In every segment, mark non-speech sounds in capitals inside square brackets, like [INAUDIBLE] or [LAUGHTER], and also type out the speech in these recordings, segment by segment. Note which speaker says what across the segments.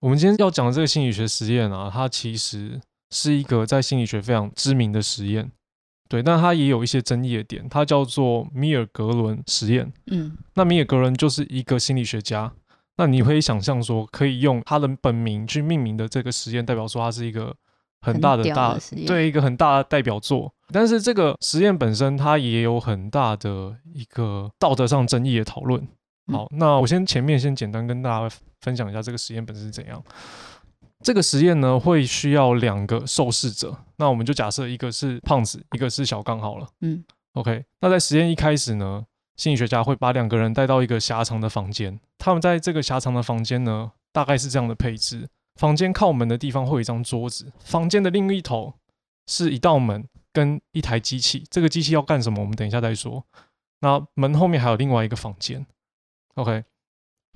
Speaker 1: 我们今天要讲的这个心理学实验啊，它其实是一个在心理学非常知名的实验，对，但它也有一些争议的点。它叫做米尔格伦实验。
Speaker 2: 嗯
Speaker 1: 那米尔格伦就是一个心理学家，那你会想象说，可以用他的本名去命名的这个实验，代表说它是一个很大的
Speaker 2: 很屌
Speaker 1: 大
Speaker 2: 的实验
Speaker 1: 对一个很大的代表作。但是这个实验本身，它也有很大的一个道德上争议的讨论。
Speaker 2: 嗯
Speaker 1: 好，那我先前面先简单跟大家分享一下这个实验本身是怎样。这个实验呢，会需要两个受试者，那我们就假设一个是胖子，一个是小刚好了。
Speaker 2: 嗯
Speaker 1: OK，那在实验一开始呢，心理学家会把两个人带到一个狭长的房间。他们在这个狭长的房间呢，大概是这样的配置：房间靠门的地方会有一张桌子，房间的另一头是一道门跟一台机器。这个机器要干什么，我们等一下再说。那门后面还有另外一个房间。OK，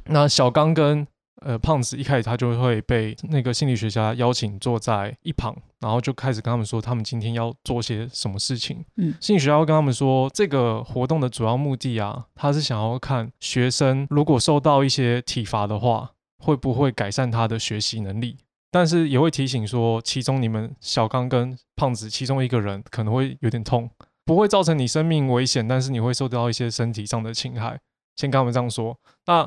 Speaker 1: 那小刚跟呃胖子一开始他就会被那个心理学家邀请坐在一旁，然后就开始跟他们说他们今天要做些什么事情。
Speaker 2: 嗯
Speaker 1: 心理学家会跟他们说，这个活动的主要目的啊，他是想要看学生如果受到一些体罚的话，会不会改善他的学习能力。但是也会提醒说，其中你们小刚跟胖子其中一个人可能会有点痛，不会造成你生命危险，但是你会受到一些身体上的侵害。先跟他们这样说。那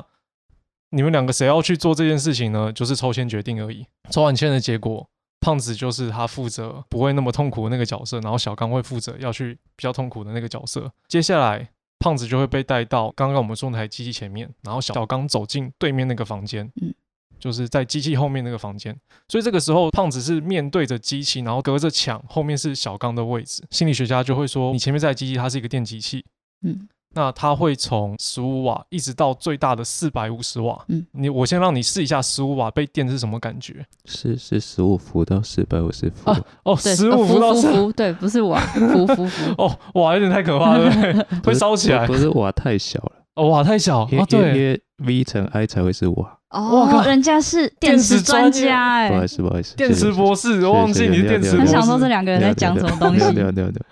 Speaker 1: 你们两个谁要去做这件事情呢？就是抽签决定而已。抽完签的结果，胖子就是他负责不会那么痛苦的那个角色，然后小刚会负责要去比较痛苦的那个角色。接下来，胖子就会被带到刚刚我们说那台机器前面，然后小小刚走进对面那个房间，
Speaker 2: 嗯
Speaker 1: 就是在机器后面那个房间。所以这个时候，胖子是面对着机器，然后隔着墙，后面是小刚的位置。心理学家就会说，你前面这台机器它是一个电极器，
Speaker 2: 嗯
Speaker 1: 那它会从十五瓦一直到最大的四百五十瓦。
Speaker 2: 嗯
Speaker 1: 你我先让你试一下十五瓦被电是什么感觉
Speaker 3: 是是十五伏到四百五十伏，
Speaker 1: 啊哦，
Speaker 2: 对，
Speaker 1: 十
Speaker 2: 呃
Speaker 1: 五
Speaker 2: 福
Speaker 1: 伏到
Speaker 2: 福
Speaker 1: 四，
Speaker 2: 福对，不是我啊，福福福
Speaker 1: [LAUGHS] 哦，哇，有点太可怕了，对
Speaker 2: [LAUGHS]
Speaker 1: 不对会烧起
Speaker 3: [LAUGHS]
Speaker 1: 来
Speaker 3: 不是瓦太小了，
Speaker 1: 哦，哇，太小
Speaker 3: 因
Speaker 1: 啊
Speaker 3: 为，因为因
Speaker 1: 对，
Speaker 3: 为 V 乘 I 才会是瓦，
Speaker 1: 哇靠
Speaker 2: 哦，人家是
Speaker 1: 电
Speaker 2: 电
Speaker 1: 池
Speaker 2: 池
Speaker 1: 专
Speaker 2: 专
Speaker 1: 业
Speaker 2: 家
Speaker 3: 不好意
Speaker 2: 哎，
Speaker 3: 思不好意思，
Speaker 1: 电磁博士，我忘记你是电磁
Speaker 3: 是
Speaker 1: 博士
Speaker 2: 很
Speaker 3: 是是是是是是是是是是是是。
Speaker 2: 想说这两个人在讲什么东西
Speaker 3: 对对对对，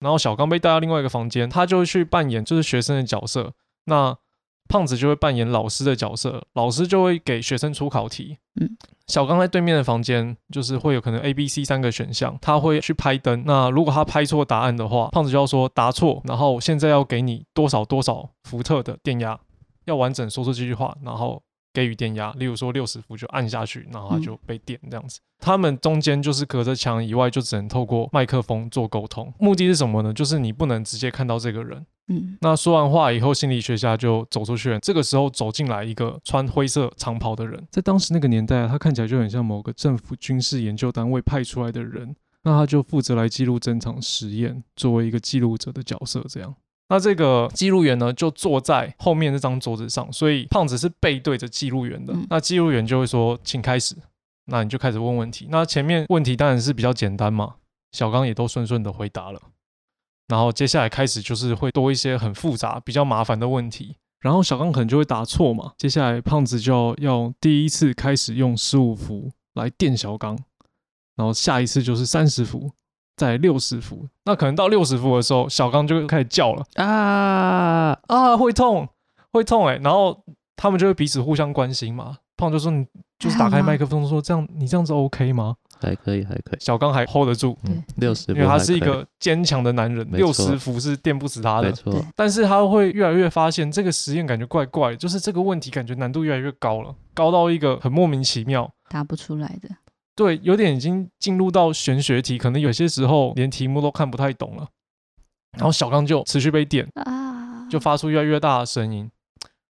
Speaker 1: 然后小刚被带到另外一个房间，他就去扮演就是学生的角色，那胖子就会扮演老师的角色，老师就会给学生出考题。
Speaker 2: 嗯，
Speaker 1: 小刚在对面的房间就是会有可能 A、B、C 三个选项，他会去拍灯。那如果他拍错答案的话，胖子就要说答错，然后现在要给你多少多少伏特的电压，要完整说出这句话，然后给予电压，例如说六十伏就按下去，然后他就被电这样子。他们中间就是隔着墙以外，就只能透过麦克风做沟通。目的是什么呢？就是你不能直接看到这个人。
Speaker 2: 嗯
Speaker 1: 那说完话以后，心理学家就走出去了。这个时候走进来一个穿灰色长袍的人，在当时那个年代啊，他看起来就很像某个政府军事研究单位派出来的人。那他就负责来记录整场实验，作为一个记录者的角色，这样。那这个记录员呢，就坐在后面那张桌子上，所以胖子是背对着记录员的
Speaker 2: 嗯。
Speaker 1: 那记录员就会说：“请开始。”那你就开始问问题。那前面问题当然是比较简单嘛，小刚也都顺顺的回答了。然后接下来开始就是会多一些很复杂、比较麻烦的问题。然后小刚可能就会答错嘛。接下来胖子就要要第一次开始用十五伏来电小刚，然后下一次就是三十伏，再六十伏。那可能到六十伏的时候，小刚就会开始叫了
Speaker 3: 啊，
Speaker 1: 啊，会痛，会痛哎、然后他们就会彼此互相关心嘛。胖就说你就是打
Speaker 2: 还
Speaker 1: 开
Speaker 2: 好吗
Speaker 1: 麦克风说这样你这样子 OK 吗？
Speaker 3: 还可以还可以，
Speaker 1: 小刚还 hold 得住，
Speaker 3: 嗯，六十，
Speaker 1: 因为他是一个坚强的男人，
Speaker 3: 没
Speaker 1: 六
Speaker 3: 错
Speaker 1: 十伏是电不死他的
Speaker 3: 没。错
Speaker 2: 对，
Speaker 1: 但是他会越来越发现这个实验感觉怪怪，就是这个问题感觉难度越来越高了，高到一个很莫名其妙。
Speaker 2: 答不出来的，
Speaker 1: 对，有点已经进入到玄学题，可能有些时候连题目都看不太懂了。然后小刚就持续被点，
Speaker 2: 啊，
Speaker 1: 就发出越来越大的声音，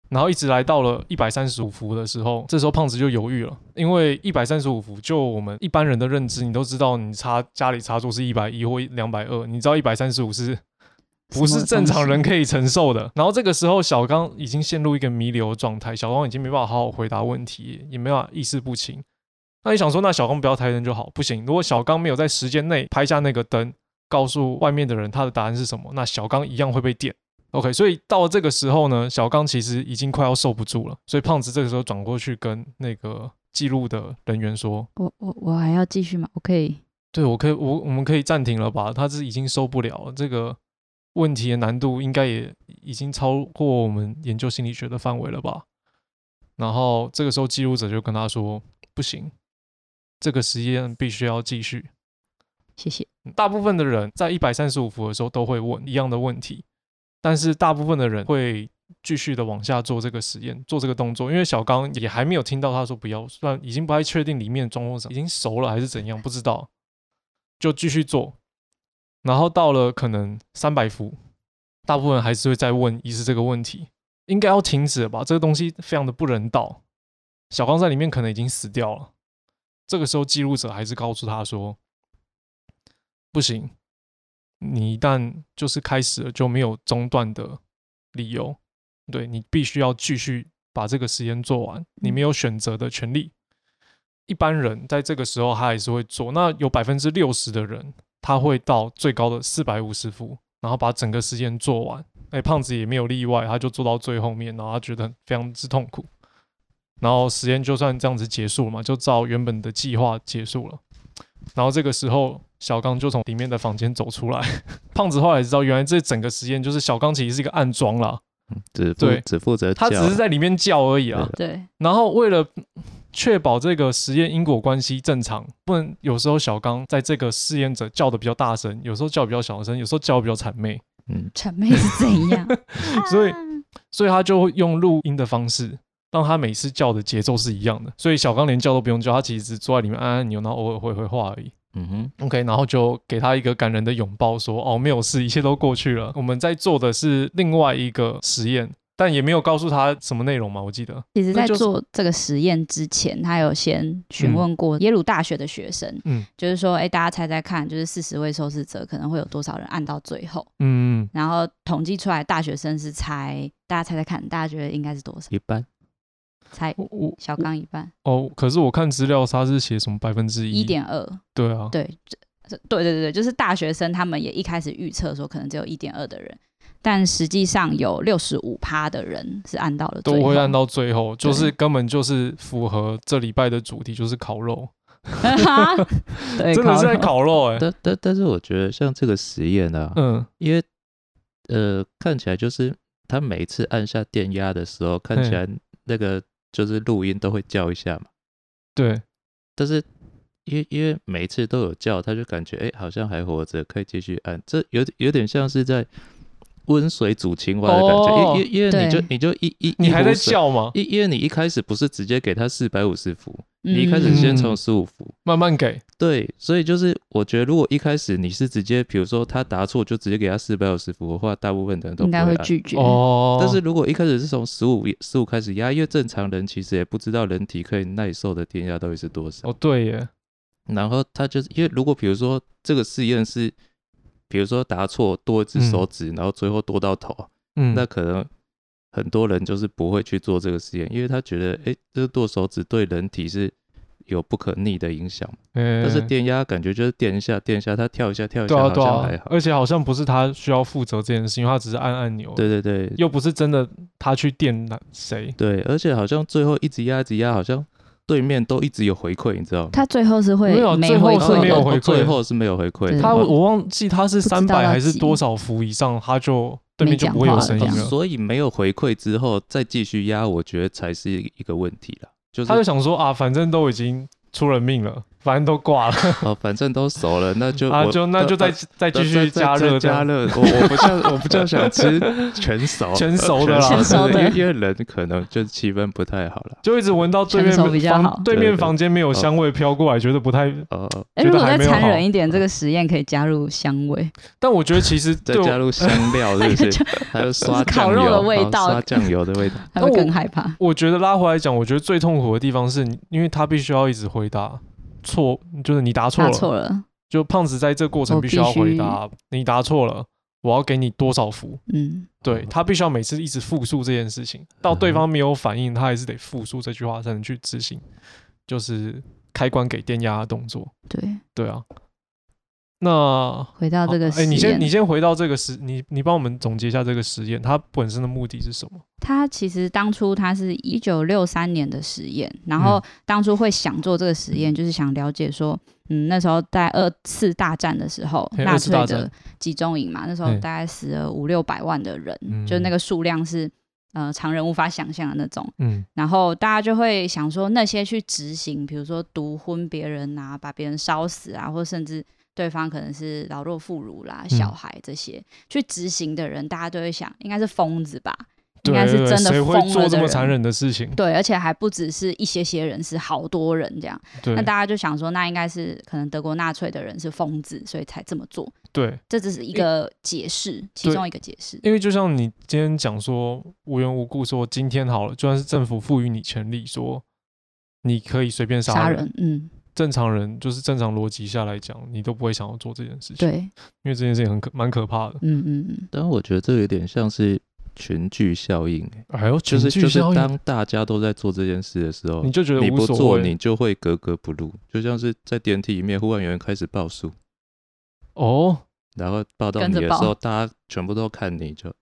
Speaker 1: 然后一直来到了一百三十五伏的时候，这时候胖子就犹豫了，因为一百三十五伏，就我们一般人的认知，你都知道，你插家里插座是一百一或两百二，你知道一百三十五是不是正常人可以承受的。然后这个时候，小刚已经陷入一个弥留的状态，小刚已经没办法好好回答问题，也没办法意识不清。那你想说，那小刚不要抬灯就好？不行，如果小刚没有在时间内拍下那个灯，告诉外面的人他的答案是什么，那小刚一样会被电。OK，所以到了这个时候呢，小刚其实已经快要受不住了，所以胖子这个时候转过去跟那个记录的人员说
Speaker 2: 我我我还要继续吗？我可以，：“
Speaker 1: 对我可以，我我们可以暂停了吧？他是已经受不了了，这个问题的难度应该也已经超过我们研究心理学的范围了吧？”然后这个时候记录者就跟他说：“不行，这个实验必须要继续。
Speaker 2: 谢谢。
Speaker 1: 大部分的人在一百三十五伏的时候都会问一样的问题，但是大部分的人会继续的往下做这个实验，做这个动作，因为小刚也还没有听到他说不要，虽然已经不太确定里面的状况是已经熟了还是怎样，不知道，就继续做。然后到了可能三百伏，大部分人还是会再问医师这个问题，应该要停止了吧？这个东西非常的不人道。小刚在里面可能已经死掉了，这个时候记录者还是告诉他说：“不行，你一旦就是开始了，就没有中断的理由。对你必须要继续把这个实验做完，你没有选择的权利。一般人在这个时候他还是会做，那有百分之六十的人他会到最高的四百五十伏，然后把整个实验做完。哎，胖子也没有例外，他就做到最后面，然后他觉得非常之痛苦。然后实验就算这样子结束了嘛，就照原本的计划结束了。然后这个时候，小刚就从里面的房间走出来。 [LAUGHS] 胖子后来知道，原来这整个实验就是小刚其实是一个暗装啦，
Speaker 3: 只负
Speaker 1: 对
Speaker 3: 只负责
Speaker 1: 他只
Speaker 3: 叫
Speaker 1: 是在里面叫而已啊。
Speaker 2: 对，
Speaker 1: 然后为了确保这个实验因果关系正常，不能有时候小刚在这个试验者叫的比较大声，有时候叫比较小声，有时候叫比较谄媚，
Speaker 3: 嗯
Speaker 2: 谄媚是怎样？
Speaker 1: [LAUGHS] 所以
Speaker 2: 啊
Speaker 1: 所以他就会用录音的方式，让他每次叫的节奏是一样的。所以小刚连叫都不用叫，他其实只坐在里面啊按按钮，然后偶尔回回话而已。
Speaker 3: 嗯哼
Speaker 1: OK，然后就给他一个感人的拥抱说，哦，没有事，一切都过去了。我们在做的是另外一个实验，但也没有告诉他什么内容嘛，我记得。
Speaker 2: 其实，
Speaker 1: 那
Speaker 2: 在
Speaker 1: 就是
Speaker 2: 做这个实验之前，他有先询问过耶鲁大学的学生，
Speaker 1: 嗯
Speaker 2: 就是说，哎，大家猜猜看，就是四十位受试者可能会有多少人按到最后？
Speaker 1: 嗯，
Speaker 2: 然后统计出来，大学生是猜，大家猜猜看，大家觉得应该是多少？
Speaker 3: 一般
Speaker 2: 猜
Speaker 1: 我我
Speaker 2: 小刚一半，
Speaker 1: 哦，可是我看资料他是写什么百分之
Speaker 2: 一，点二，
Speaker 1: 对啊，
Speaker 2: 对，这这对对对对，就是大学生他们也一开始预测说可能只有一点二的人，但实际上有六十五趴的人是按到了最后，
Speaker 1: 都会按到最后，就
Speaker 2: 对
Speaker 1: 是根本就是符合这礼拜的主题，就是烤肉， [LAUGHS]
Speaker 2: [LAUGHS] 对，
Speaker 1: 真的是在
Speaker 2: 考
Speaker 1: 烤
Speaker 2: [LAUGHS]
Speaker 1: 肉哎、
Speaker 3: 但但但是我觉得像这个实验啊，
Speaker 1: 嗯
Speaker 3: 因为呃看起来就是他每一次按下电压的时候，看
Speaker 1: 嗯
Speaker 3: 起来那个就是录音都会叫一下嘛，
Speaker 1: 对，
Speaker 3: 但是因为因为每一次都有叫，他就感觉哎、诶好像还活着，可以继续按，这有点有点像是在温水煮青蛙的感觉，
Speaker 1: 哦
Speaker 3: 因为因为因为你就
Speaker 2: 对
Speaker 3: 你就一一
Speaker 1: 你还在，
Speaker 3: 一壶水
Speaker 1: 叫吗？
Speaker 3: 因因为你一开始不是直接给他四百五十伏，
Speaker 2: 嗯
Speaker 3: 你一开始先
Speaker 1: 嗯
Speaker 3: 从十五伏。
Speaker 1: 慢慢给，
Speaker 3: 对，所以就是我觉得，如果一开始你是直接，比如说他答错就直接给他四百五十伏的话，大部分的人都
Speaker 2: 应
Speaker 3: 不
Speaker 2: 该
Speaker 3: 会
Speaker 2: 会
Speaker 3: 按。
Speaker 2: 拒绝，
Speaker 1: 哦，
Speaker 3: 但是如果一开始是从十五十五开始压，因为正常人其实也不知道人体可以耐受的电压到底是多少。
Speaker 1: 哦对耶，
Speaker 3: 然后他就是因为如果比如说这个试验是，比如说答错多一只手指，然后最后多到头，
Speaker 1: 嗯，
Speaker 3: 那可能很多人就是不会去做这个实验，因为他觉得哎，这剁手指对人体是有不可逆的影响。
Speaker 1: 但
Speaker 3: 但是电压感觉就是电一下，电一下，它跳一下，跳一下，
Speaker 1: 哎嗯对啊，
Speaker 3: 好
Speaker 1: 对
Speaker 3: 像
Speaker 1: 啊
Speaker 3: 还，好。
Speaker 1: 而且好像不是他需要负责这件事情，因为他只是按按钮，
Speaker 3: 对对对
Speaker 1: 又不是真的他去电哪谁，
Speaker 3: 对，而且好像最后一直压，一直压，好像对面都一直有回馈，你知道吗？
Speaker 2: 他最后是会
Speaker 1: 没有最后
Speaker 2: 回
Speaker 1: 是
Speaker 2: 馈
Speaker 1: 没有
Speaker 2: 的
Speaker 1: 回馈
Speaker 3: 最后是没有回馈的。
Speaker 2: 对
Speaker 1: 他
Speaker 3: 哦
Speaker 1: 我忘记他是
Speaker 2: 不知道
Speaker 1: 三百
Speaker 2: 要
Speaker 1: 还是
Speaker 2: 几
Speaker 1: 多少伏以上，他就对面就不会有声音
Speaker 2: 没讲话了
Speaker 1: 了。
Speaker 3: 所以没有回馈之后再继续压，我觉得才是一个问题了。就
Speaker 1: 他就是想说啊，反正都已经出人命了，反正都挂了
Speaker 3: 哦，反正都熟了，那 [LAUGHS]
Speaker 1: [LAUGHS]
Speaker 3: 就
Speaker 1: 啊，
Speaker 3: 我
Speaker 1: 就那就再再继续
Speaker 3: 再
Speaker 1: 加
Speaker 3: 再
Speaker 1: 热这
Speaker 3: 加
Speaker 1: 样。
Speaker 3: 热。我我不像我不像想吃
Speaker 1: [LAUGHS]
Speaker 3: 全熟
Speaker 1: 全熟的啦
Speaker 3: 全
Speaker 2: 全熟
Speaker 3: 熟
Speaker 2: 的
Speaker 3: 因为因为人可能就是气氛不太好了。
Speaker 1: 就一直闻到对面
Speaker 2: 成熟比较好
Speaker 1: 房对面
Speaker 3: 对对嗯
Speaker 1: 房间没有香味飘过来，觉得不太。
Speaker 3: 哦，
Speaker 2: 哎，
Speaker 1: 觉
Speaker 2: 如
Speaker 1: 得
Speaker 2: 果
Speaker 1: 还
Speaker 2: 再
Speaker 1: 没有
Speaker 2: 残
Speaker 1: 好嗯
Speaker 2: 忍一点，这个实验可以加入香味，
Speaker 1: 但我觉得其实
Speaker 3: 再
Speaker 1: 对我哎
Speaker 3: 加入香
Speaker 1: [LAUGHS]
Speaker 3: 料，是不是？
Speaker 2: 就
Speaker 3: 还有刷
Speaker 2: 烤
Speaker 3: 酱
Speaker 2: 肉的
Speaker 3: 油
Speaker 2: 味
Speaker 3: 哦
Speaker 2: 道
Speaker 3: 刷酱油的味
Speaker 1: [LAUGHS]
Speaker 3: 道。
Speaker 2: 还会
Speaker 1: 那我
Speaker 2: 更害怕。
Speaker 1: 我觉得拉回来讲，我觉得最痛苦的地方是你，因为他必须要一直回答错，就是你答错
Speaker 2: 答
Speaker 1: 了，
Speaker 2: 错了，
Speaker 1: 就胖子在这过程
Speaker 2: 我
Speaker 1: 必须要
Speaker 2: 必须
Speaker 1: 回答你答错了，我要给你多少伏。
Speaker 2: 嗯，
Speaker 1: 对
Speaker 3: 嗯
Speaker 1: 他必须要每次一直复述这件事情，到对方没有反应，他还是得复述这句话才能去执行，就是开关给电压的动作。
Speaker 2: 对，
Speaker 1: 对啊，那
Speaker 2: 回到这个
Speaker 1: 好哎、
Speaker 2: 实
Speaker 1: 你
Speaker 2: 验
Speaker 1: 先你，先回到这个实，你你帮我们总结一下这个实验，它本身的目的是什么？
Speaker 2: 他其实当初他是一九六三年的实验，然
Speaker 1: 嗯
Speaker 2: 后当初会想做这个实验，就是想了解说，嗯，那时候在二次大战的时候，
Speaker 1: 嘿
Speaker 2: 纳
Speaker 1: 二次
Speaker 2: 粹
Speaker 1: 大战
Speaker 2: 的集中营嘛，那时候
Speaker 1: 嘿
Speaker 2: 大概死了五六百万的人，
Speaker 1: 嗯
Speaker 2: 就那个数量是呃常人无法想象的那种。
Speaker 1: 嗯，
Speaker 2: 然后大家就会想说，那些去执行，比如说毒昏别人啊，把别人烧死啊，或甚至对方可能是老弱妇孺啦、小
Speaker 3: 嗯
Speaker 2: 孩这些、去执行的人，大家都会想，应该是疯子吧？应
Speaker 1: 对
Speaker 2: 该是
Speaker 1: 对对
Speaker 2: 真的
Speaker 1: 谁
Speaker 2: 疯
Speaker 1: 会
Speaker 2: 了
Speaker 1: 做这
Speaker 2: 的
Speaker 1: 么
Speaker 2: 人
Speaker 1: 残忍的事情？
Speaker 2: 对，而且还不只是一些些人，是好多人这样。
Speaker 1: 对
Speaker 2: 那大家就想说，那应该是可能德国纳粹的人是疯子，所以才这么做。
Speaker 1: 对，
Speaker 2: 这只是一个解释，其中一个解释。
Speaker 1: 因为就像你今天讲说无缘无故说今天好了，就算是政府赋予你权利说你可以随便杀
Speaker 2: 杀
Speaker 1: 人，
Speaker 2: 人，嗯，
Speaker 1: 正常人就是正常逻辑下来讲，你都不会想要做这件事情，
Speaker 2: 对，
Speaker 1: 因为这件事情很可蛮可怕的。
Speaker 2: 嗯嗯嗯，
Speaker 3: 但我觉得这有点像是群聚效应、欸，
Speaker 1: 哎呦，
Speaker 3: 就是
Speaker 1: 群
Speaker 3: 就
Speaker 1: 聚
Speaker 3: 是
Speaker 1: 效应
Speaker 3: 当大家都在做这件事的时候，
Speaker 1: 你就觉得
Speaker 3: 你
Speaker 1: 无
Speaker 3: 不
Speaker 1: 所
Speaker 3: 做，
Speaker 1: 谓
Speaker 3: 你就会格格不入，就像是在电梯里面，忽然有人开始报数，
Speaker 1: 哦，
Speaker 3: 然后报到
Speaker 2: 跟
Speaker 3: 你
Speaker 2: 着
Speaker 3: 的时
Speaker 2: 报
Speaker 3: 候，大家全部都看你就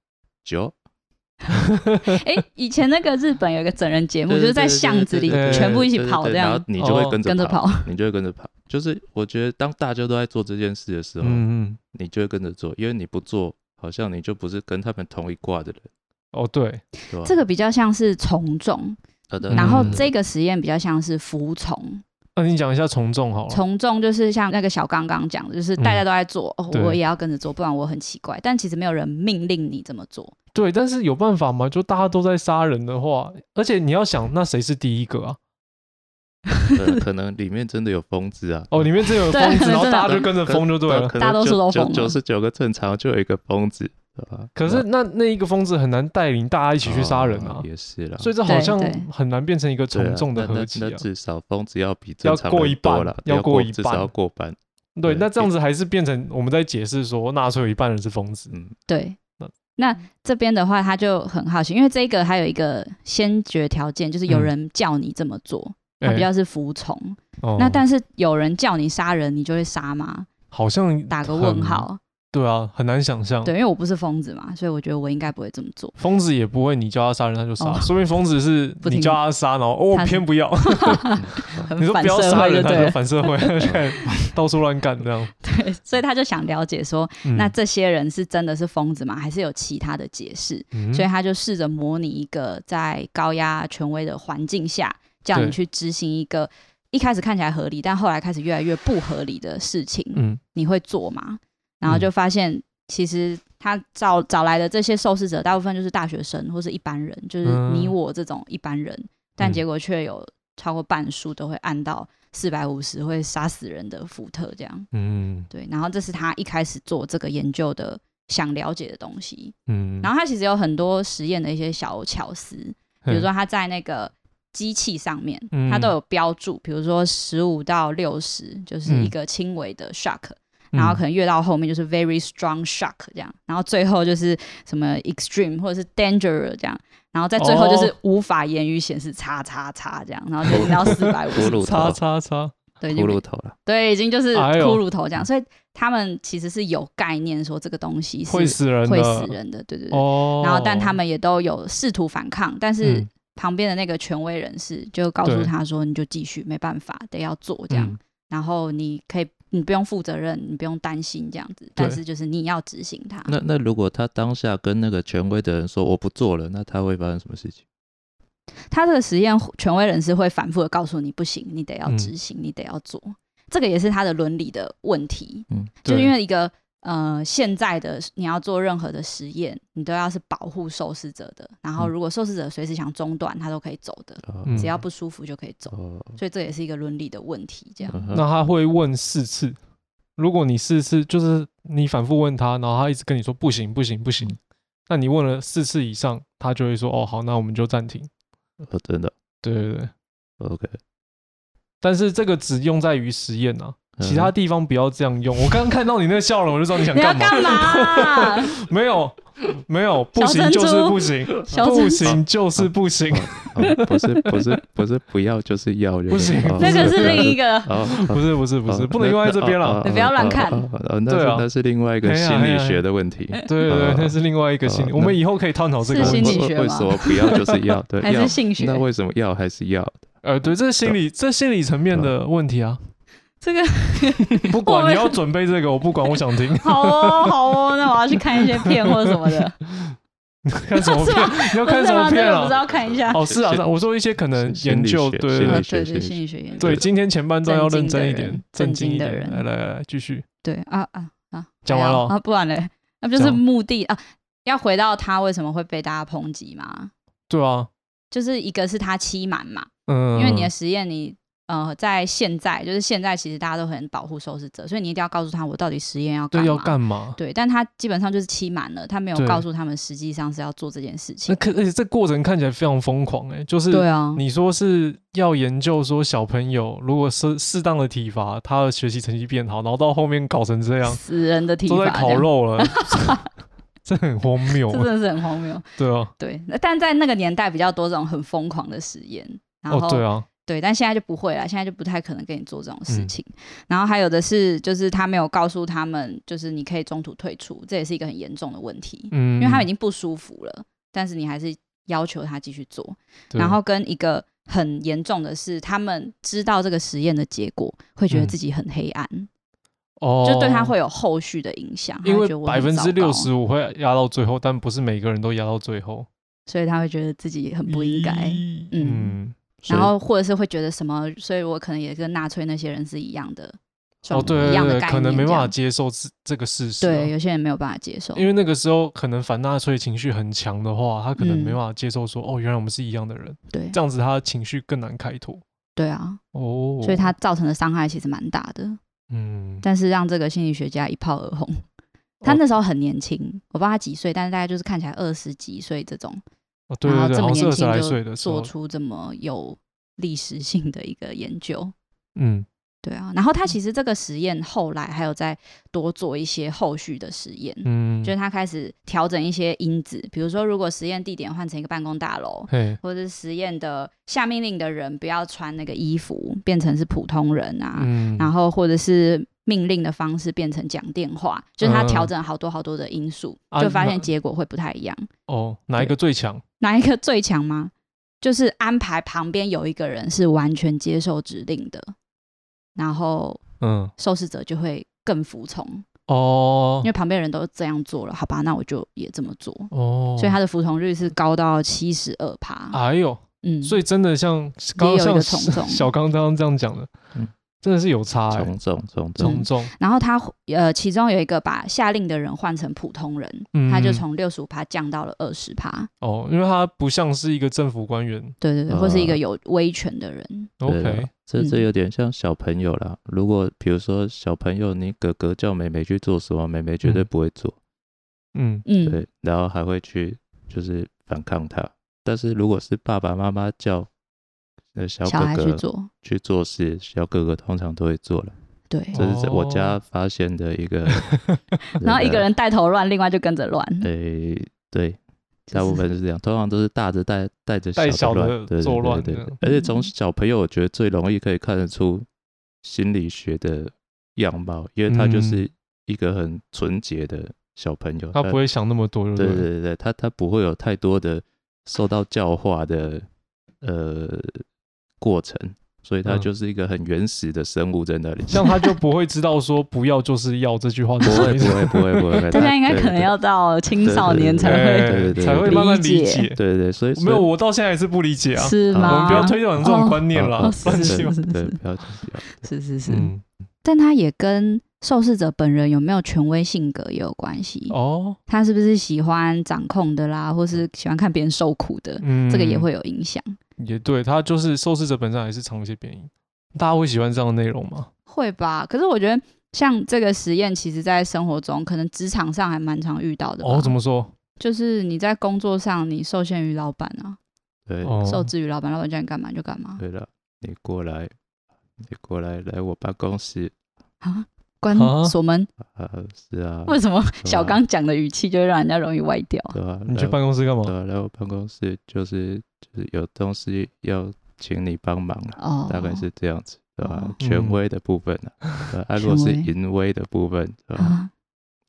Speaker 3: 九，
Speaker 2: 哎、以前那个日本有一个整人节目，
Speaker 3: [LAUGHS]
Speaker 2: 就
Speaker 3: 对对
Speaker 2: 是在
Speaker 3: 对
Speaker 2: 巷子里
Speaker 1: 对对对
Speaker 2: 全部一起
Speaker 3: 对对
Speaker 2: 跑
Speaker 3: 对
Speaker 2: 这
Speaker 3: 然
Speaker 2: 样
Speaker 3: 后，你就会
Speaker 1: 哦
Speaker 3: 跟着
Speaker 2: 跟着
Speaker 3: 跑，
Speaker 2: 跑。
Speaker 3: 你就会跟着跑。就是我觉得当大家都在做这件事的时候，
Speaker 1: 嗯嗯，
Speaker 3: 你就会跟着做，因为你不做，好像你就不是跟他们同一挂的人，
Speaker 1: 哦对，
Speaker 3: 对吧？
Speaker 2: 这个比较像是从众，
Speaker 3: 呃对
Speaker 1: 嗯
Speaker 2: 然后
Speaker 3: 对对
Speaker 2: 这个实验比较像是服从。
Speaker 1: 那你讲一下从众好了。
Speaker 2: 从众就是像那个小刚刚讲的，就是大家都在做，
Speaker 1: 嗯对
Speaker 2: 哦，我也要跟着做，不然我很奇怪。但其实没有人命令你这么做。
Speaker 1: 对，但是有办法吗？就大家都在杀人的话，而且你要想，那谁是第一个啊？
Speaker 3: 呃可能里面真的有疯子啊。
Speaker 1: [LAUGHS] 哦，里面真有
Speaker 2: 对
Speaker 1: 疯子，然后
Speaker 2: 真的
Speaker 1: 大家就跟着疯就对了。
Speaker 2: 大多数都疯了
Speaker 3: 九十九个正常就有一个疯子，对吧？
Speaker 1: 可是那那一个疯子很难带领大家一起去杀人啊
Speaker 3: 哦，也是啦。
Speaker 1: 所以这好像
Speaker 2: 对对
Speaker 1: 很难变成一个
Speaker 3: 对啊
Speaker 1: 从众的
Speaker 3: 那那
Speaker 1: 合集啊
Speaker 3: 那。至少疯子要比正常
Speaker 1: 要过一
Speaker 3: 人多
Speaker 1: 半
Speaker 3: 了，
Speaker 1: 要
Speaker 3: 要
Speaker 1: 过一
Speaker 3: 至
Speaker 1: 半
Speaker 3: 少要过半。
Speaker 1: 对，
Speaker 3: 对
Speaker 1: 那这样子还是变成我们在解释说纳粹有一半人是疯子。
Speaker 3: 嗯，
Speaker 2: [LAUGHS] 对
Speaker 1: 那，
Speaker 2: 那这边的话，他就很好奇，因为这个还有一个先决条件，就是有
Speaker 1: 嗯
Speaker 2: 人叫你这么做，他
Speaker 1: 哎
Speaker 2: 比较是服从。
Speaker 1: 哦
Speaker 2: 那但是有人叫你杀人，你就会杀吗？
Speaker 1: 好像
Speaker 2: 打个
Speaker 1: 很
Speaker 2: 问。号。
Speaker 1: 对啊，很难想象。
Speaker 2: 对，因为我不是疯子嘛，所以我觉得我应该不会这么做。
Speaker 1: 疯子也不会，你叫他杀人他就杀，
Speaker 2: 哦
Speaker 1: 说明疯子是
Speaker 2: 不
Speaker 1: 你
Speaker 2: 听
Speaker 1: 叫他杀，然后哦
Speaker 2: 他
Speaker 1: 偏不
Speaker 2: [LAUGHS]
Speaker 1: 要，
Speaker 2: 很
Speaker 1: 你说
Speaker 2: 反
Speaker 1: 不要
Speaker 2: 社
Speaker 1: 杀
Speaker 2: 会就
Speaker 1: 人，他
Speaker 2: 对
Speaker 1: 就
Speaker 2: 了，
Speaker 1: 反社会， [LAUGHS]
Speaker 3: 嗯
Speaker 1: 对到处乱干这样。
Speaker 2: 对，所以他就想了解说，
Speaker 1: 嗯
Speaker 2: [LAUGHS] 那这些人是真的是疯子吗？还是有其他的解释？
Speaker 1: 嗯
Speaker 2: 所以他就试着模拟一个在高压权威的环境下，叫
Speaker 1: 对
Speaker 2: 你去执行一个一开始看起来合理，但后来开始越来越不合理的事情，
Speaker 1: 嗯，
Speaker 2: 你会做吗？然后就发现，其实他找找来的这些受试者，大部分就是大学生或是一般人，就是
Speaker 1: 嗯
Speaker 2: 你我这种一般人，但
Speaker 1: 嗯
Speaker 2: 结果却有超过半数都会按到四百五十会杀死人的福特这样。
Speaker 1: 嗯
Speaker 2: 对，然后这是他一开始做这个研究的想了解的东西。
Speaker 1: 嗯，
Speaker 2: 然后他其实有很多实验的一些小巧思，比如说他在那个机器上面，
Speaker 1: 嗯
Speaker 2: 他都有标注，比如说十五到六十就是一个轻微的 shock，、
Speaker 1: 嗯，
Speaker 2: 然后可能越到后面就是 very strong shock 这样，然后最后就是什么 extreme 或者是 danger 这样，然后在最后就是
Speaker 1: 哦
Speaker 2: 无法言语显示叉叉叉这样，然后就已经到四百五
Speaker 3: 骷
Speaker 2: 十，
Speaker 3: 髅
Speaker 1: 叉
Speaker 3: 头，
Speaker 1: 叉叉，
Speaker 2: 对，已经
Speaker 3: 骷髅头了。
Speaker 2: 对，已经就是
Speaker 1: 哎呦
Speaker 2: 骷髅头这样，所以他们其实是有概念说这个东西是
Speaker 1: 会死人的，
Speaker 2: 会死人的，对对对。
Speaker 1: 哦。
Speaker 2: 然后，但他们也都有试图反抗，但是
Speaker 1: 嗯
Speaker 2: 旁边的那个权威人士就告诉
Speaker 1: 对
Speaker 2: 他说：“你就继续，没办法，得要做这样。
Speaker 1: 嗯
Speaker 2: 然后你可以，你不用负责任，你不用担心这样子，但
Speaker 1: 对
Speaker 2: 是就是你要执行它。
Speaker 3: 那那如果他当下跟那个权威的人说我不做了，那他会发生什么事情？
Speaker 2: 他这个实验权威人士会反复的告诉你不行，你得要
Speaker 1: 嗯
Speaker 2: 执行，你得要做。这个也是他的伦理的问题，
Speaker 3: 嗯，
Speaker 2: 就是
Speaker 1: 对
Speaker 2: 因为一个呃，现在的你要做任何的实验，你都要是保护受试者的。然后，
Speaker 3: 嗯
Speaker 2: 如果受试者随时想中断，他都可以走的，
Speaker 3: 哦
Speaker 1: 嗯
Speaker 2: 只要不舒服就可以走。
Speaker 3: 哦，
Speaker 2: 所以这也是一个伦理的问题。这样，
Speaker 3: 嗯哼
Speaker 1: 那他会问四次，如果你四次就是你反复问他，然后他一直跟你说不行不行不
Speaker 2: 嗯
Speaker 1: 行，那你问了四次以上，他就会说哦好，那我们就暂停。
Speaker 3: 哦真的
Speaker 1: 对对对，
Speaker 3: OK，
Speaker 1: 但是这个只用在于实验啊，
Speaker 3: 嗯
Speaker 1: 其他地方不要这样用。我刚刚看到你那个笑容，我就知道你想
Speaker 2: 你要
Speaker 1: 干嘛。
Speaker 2: 干嘛？
Speaker 1: [LAUGHS] 没有没有，不
Speaker 2: 小
Speaker 1: 行
Speaker 2: 珍
Speaker 1: 就是
Speaker 2: 珠
Speaker 1: 不行，
Speaker 2: 小
Speaker 1: 不
Speaker 2: 珍珠
Speaker 1: 行就是不行。
Speaker 3: 哦不是
Speaker 1: [LAUGHS]
Speaker 3: 不是不是不要就是要，
Speaker 1: 不行
Speaker 3: 哦
Speaker 2: 那个是另
Speaker 1: [LAUGHS]
Speaker 2: 一个，
Speaker 3: [LAUGHS] 哦，
Speaker 1: 不是不是不
Speaker 3: 哦
Speaker 1: 是，不能用在这边了。
Speaker 2: 你不要乱看
Speaker 3: 哦哦哦那
Speaker 1: 对
Speaker 3: 是
Speaker 1: 啊
Speaker 3: 那是另外一个
Speaker 1: 嘿呀
Speaker 3: 心
Speaker 1: 嘿
Speaker 3: 理
Speaker 1: 呀
Speaker 3: 学的问题。
Speaker 1: [LAUGHS] 对对对
Speaker 3: 哦，
Speaker 1: 那是另外一个心理。
Speaker 3: 哦
Speaker 1: 我们以后可以探讨这个
Speaker 2: 是
Speaker 1: 问
Speaker 2: 心
Speaker 1: 题
Speaker 2: 理。学吗
Speaker 3: 为什么不要就是要？对，
Speaker 2: 还
Speaker 3: 要
Speaker 2: 是性学
Speaker 3: 那？为什么要还是要？
Speaker 1: 呃，对，这是心理，这是心理层面的问题啊。
Speaker 2: 这个
Speaker 1: 不
Speaker 2: 我
Speaker 1: 管
Speaker 2: 们
Speaker 1: 你要准备这个，我不管，我想听。
Speaker 2: 好哦，好哦，那我要去看一些片或什么的。
Speaker 1: 看什么片？你要
Speaker 2: 不
Speaker 1: 看
Speaker 2: 是
Speaker 1: 什么
Speaker 2: 吗？这
Speaker 1: 片
Speaker 2: 个我不知
Speaker 1: 啊？
Speaker 2: 道看一下。
Speaker 1: 哦，是啊，是啊我说一些可能研究，
Speaker 3: 心理学
Speaker 1: 对对
Speaker 3: 心
Speaker 2: 啊
Speaker 1: 对
Speaker 2: 对
Speaker 3: 理学
Speaker 2: 对，
Speaker 3: 心
Speaker 2: 心理学研究。
Speaker 1: 对，今天前半段要认真一点，
Speaker 2: 正
Speaker 1: 正
Speaker 2: 经
Speaker 1: 经
Speaker 2: 的人
Speaker 1: 一点
Speaker 2: 正经。的
Speaker 1: 来
Speaker 2: 人
Speaker 1: 来来，继续。
Speaker 2: 对啊啊啊！
Speaker 1: 讲完
Speaker 2: 还有
Speaker 1: 了
Speaker 2: 啊，不然嘞，那不就是
Speaker 1: 讲
Speaker 2: 目的啊？要回到他为什么会被大家抨击嘛？
Speaker 1: 对啊，
Speaker 2: 就是一个是他欺瞒嘛，
Speaker 1: 嗯，
Speaker 2: 因为你的实验你呃在现在就是现在其实大家都很保护受试者，所以你一定要告诉他我到底实验要干
Speaker 1: 对
Speaker 2: 嘛。
Speaker 1: 要干嘛？
Speaker 2: 对，但他基本上就是欺瞒了，他没有
Speaker 1: 对
Speaker 2: 告诉他们实际上是要做这件事情
Speaker 1: 那。可而且这过程看起来非常疯狂哎、就是
Speaker 2: 对啊，
Speaker 1: 你说是要研究说小朋友如果是适当的体罚，他的学习成绩变好，然后到后面搞成这样，
Speaker 2: 死人的体罚
Speaker 1: 都在
Speaker 2: 这
Speaker 1: 烤
Speaker 2: 样，
Speaker 1: 肉
Speaker 2: [LAUGHS]
Speaker 1: 了，这很荒谬
Speaker 2: 这，真的是很荒谬。
Speaker 1: 对啊，
Speaker 2: 对，那但在那个年代比较多这种很疯狂的实验，然后、
Speaker 1: 哦对啊，
Speaker 2: 对，但现在就不会了，现在就不太可能跟你做这种事
Speaker 1: 嗯
Speaker 2: 情。然后还有的是，就是他没有告诉他们，就是你可以中途退出，这也是一个很严重的问题，
Speaker 1: 嗯，
Speaker 2: 因为他已经不舒服了，但是你还是要求他继续做。
Speaker 1: 对
Speaker 2: 然后跟一个很严重的是，他们知道这个实验的结果，会觉得
Speaker 1: 嗯
Speaker 2: 自己很黑暗，
Speaker 1: 哦，
Speaker 2: 就对他会有后续的影响，他
Speaker 1: 因
Speaker 2: 会
Speaker 1: 为
Speaker 2: 觉得我
Speaker 1: 百
Speaker 2: 很
Speaker 1: 分之
Speaker 2: 糟
Speaker 1: 六
Speaker 2: 糕
Speaker 1: 十五会压到最后，但不是每个人都压到最后，
Speaker 2: 所以他会觉得自己很不应该。
Speaker 1: 咦
Speaker 2: 嗯
Speaker 1: 嗯，
Speaker 3: 所以
Speaker 2: 然后或者是会觉得什么，所以我可能也跟纳粹那些人是一样的，
Speaker 1: 哦
Speaker 2: 状
Speaker 1: 对
Speaker 2: 一
Speaker 1: 对
Speaker 2: 样的
Speaker 1: 对，
Speaker 2: 概念，
Speaker 1: 可能没办法。接受这这个事实啊，
Speaker 2: 对，有些人没有办法接受，
Speaker 1: 因为那个时候可能反纳粹情绪很强的话，他可能
Speaker 2: 嗯
Speaker 1: 没办法接受说、哦，原来我们是一样的人，
Speaker 2: 对
Speaker 1: 这样子他的情绪更难开拓
Speaker 2: 对啊，
Speaker 1: 哦。
Speaker 2: 所以他造成的伤害其实蛮大的，
Speaker 1: 嗯，
Speaker 2: 但是让这个心理学家一炮而红。
Speaker 1: 哦
Speaker 2: 他那时候很年轻，我不知道他几岁，但是大概就是看起来二十几岁这种，
Speaker 1: 哦对
Speaker 2: 然
Speaker 1: 对对，
Speaker 2: 后这么
Speaker 1: 好像是
Speaker 2: 年
Speaker 1: 二十来
Speaker 2: 轻就
Speaker 1: 岁的时
Speaker 2: 做
Speaker 1: 候，
Speaker 2: 出这么有历史性的一个研究。
Speaker 1: 嗯，
Speaker 2: 对啊，然后他其实这个实验后来还有再多做一些后续的实验，
Speaker 1: 嗯，
Speaker 2: 就是他开始调整一些因子，比如说如果实验地点换成一个办公大楼，
Speaker 1: 嘿，
Speaker 2: 或者是实验的下命令的人不要穿那个衣服，变成是普通人啊，
Speaker 1: 嗯，
Speaker 2: 然后或者是命令的方式变成讲电话，就是他
Speaker 1: 嗯
Speaker 2: 调整好多好多的因素，
Speaker 1: 啊
Speaker 2: 就发
Speaker 1: 那
Speaker 2: 现结果会不太一样。
Speaker 1: 哦，哪一个最强？
Speaker 2: 哪一个最强吗？就是安排旁边有一个人是完全接受指令的，然后
Speaker 1: 嗯，
Speaker 2: 受试者就会更服从，
Speaker 1: 哦
Speaker 2: 因为旁边人都这样做了，好吧，那我就也这么做。
Speaker 1: 哦，
Speaker 2: 所以他的服从率是高到七十二趴，
Speaker 1: 哎呦，
Speaker 2: 嗯，
Speaker 1: 所以真的像刚
Speaker 2: 也有一
Speaker 1: 像
Speaker 2: 个从众
Speaker 1: 小刚刚刚这样讲的
Speaker 3: 嗯，
Speaker 1: 真的是有差哎，
Speaker 3: 从众从众，
Speaker 1: 从众，
Speaker 2: 然后他呃，其中有一个把下令的人换成普通人，
Speaker 1: 嗯
Speaker 2: 他就从六十五趴降到了二十趴，
Speaker 1: 哦，因为他不像是一个政府官员
Speaker 2: 对对对，或是一个
Speaker 3: 啊
Speaker 2: 有威权的人，
Speaker 3: 对
Speaker 1: ，OK，
Speaker 3: 啊这这
Speaker 2: 嗯
Speaker 3: 有点像小朋友啦。如果比如说小朋友，你哥哥叫妹妹去做什么，妹妹绝对
Speaker 1: 嗯
Speaker 3: 不会做，
Speaker 1: 嗯，
Speaker 2: 嗯，
Speaker 3: 对，然后还会去就是反抗他。但是如果是爸爸妈妈叫呃小
Speaker 2: 小孩
Speaker 3: 哥
Speaker 2: 去
Speaker 3: 哥
Speaker 2: 做，
Speaker 3: 去做事，小哥哥通常都会做了。
Speaker 2: 对，
Speaker 1: 哦
Speaker 3: 这是在我家发现的一个，
Speaker 2: [LAUGHS] 然后一个人带头乱，另外就跟着乱，
Speaker 3: 诶、对，
Speaker 2: 就是
Speaker 3: 大
Speaker 2: [LAUGHS]
Speaker 3: 部分是这样，通常都是大着带带着
Speaker 1: 带小
Speaker 3: 的
Speaker 1: 的
Speaker 3: 乱，对
Speaker 1: 作乱
Speaker 3: 对
Speaker 1: 这
Speaker 3: 对对
Speaker 1: 样
Speaker 3: 而且
Speaker 2: 嗯
Speaker 3: 从小朋友，我觉得最容易可以看得出心理学的样貌，因为他就
Speaker 1: 嗯
Speaker 3: 是一个很纯洁的小朋友，
Speaker 1: 他不会想那么多，
Speaker 3: 对
Speaker 1: 不
Speaker 3: 对对对，他他不会有太多的受到教化的呃过程，所以他
Speaker 1: 嗯
Speaker 3: 就是一个很原始的生物在那里。
Speaker 1: 像他就不会知道说“不要就是要”这句话
Speaker 3: 不
Speaker 1: 是什么
Speaker 3: 会
Speaker 1: 意
Speaker 3: 不
Speaker 1: 思，
Speaker 3: 会不会不会，
Speaker 2: 大家应该
Speaker 3: 对
Speaker 2: 可能
Speaker 3: 对
Speaker 2: 要到青少年 [LAUGHS] 才
Speaker 1: 哎
Speaker 2: 会，
Speaker 3: 对对对
Speaker 1: 才会
Speaker 3: 对
Speaker 1: 慢慢
Speaker 2: 理
Speaker 1: 理
Speaker 2: 解
Speaker 1: 解。
Speaker 3: 对对，所以
Speaker 1: 没有，
Speaker 3: 所以
Speaker 1: 我到现在还是不理解啊。
Speaker 2: 是
Speaker 1: 我们
Speaker 2: 吗？
Speaker 1: 不要推广这种观念
Speaker 3: 啊
Speaker 1: 啦
Speaker 2: 哦，
Speaker 1: 乱
Speaker 2: 是
Speaker 1: 七八
Speaker 2: 是
Speaker 1: 糟。
Speaker 2: 是
Speaker 3: 对，
Speaker 2: 是
Speaker 3: 不要就是不要
Speaker 2: 是是是，
Speaker 1: 嗯，
Speaker 2: 但他也跟受试者本人有没有权威性格也有关系，
Speaker 1: 哦，
Speaker 2: 他是不是喜欢掌控的啦，或是喜欢看别人受苦的，
Speaker 1: 嗯，
Speaker 2: 这个也会有影响。
Speaker 1: 也对，他就是受试者本身还是尝一些便宜。大家会喜欢这样的内容吗？
Speaker 2: 会吧？可是我觉得像这个实验，其实在生活中可能职场上还蛮常遇到的吧。
Speaker 1: 哦，怎么说？
Speaker 2: 就是你在工作上你受限于老板啊，
Speaker 3: 对
Speaker 1: 哦，
Speaker 2: 受制于老板，老板叫你干嘛就干嘛
Speaker 3: 对了，你过来，你过来来我办公室
Speaker 2: 啊，关
Speaker 1: 啊
Speaker 2: 锁门。
Speaker 3: 啊，是啊，
Speaker 2: 为什么
Speaker 3: 对
Speaker 2: 小
Speaker 3: 啊
Speaker 2: 刚讲的语气就会让人家容易歪掉啊？
Speaker 3: 对啊，
Speaker 1: 你
Speaker 3: 来
Speaker 1: 去
Speaker 3: 我
Speaker 1: 办公室干嘛
Speaker 3: 对？啊，来我办公室就是就是有东西要请你帮忙了，
Speaker 2: 哦，
Speaker 3: 啊大概是这样子，对吧
Speaker 2: 哦？
Speaker 3: 权
Speaker 1: 嗯
Speaker 3: 威的部分呢，
Speaker 2: [LAUGHS]
Speaker 3: 对啊啊，
Speaker 2: 权
Speaker 3: 如果是
Speaker 2: 威
Speaker 3: 淫威的部分，对吧？
Speaker 2: 啊，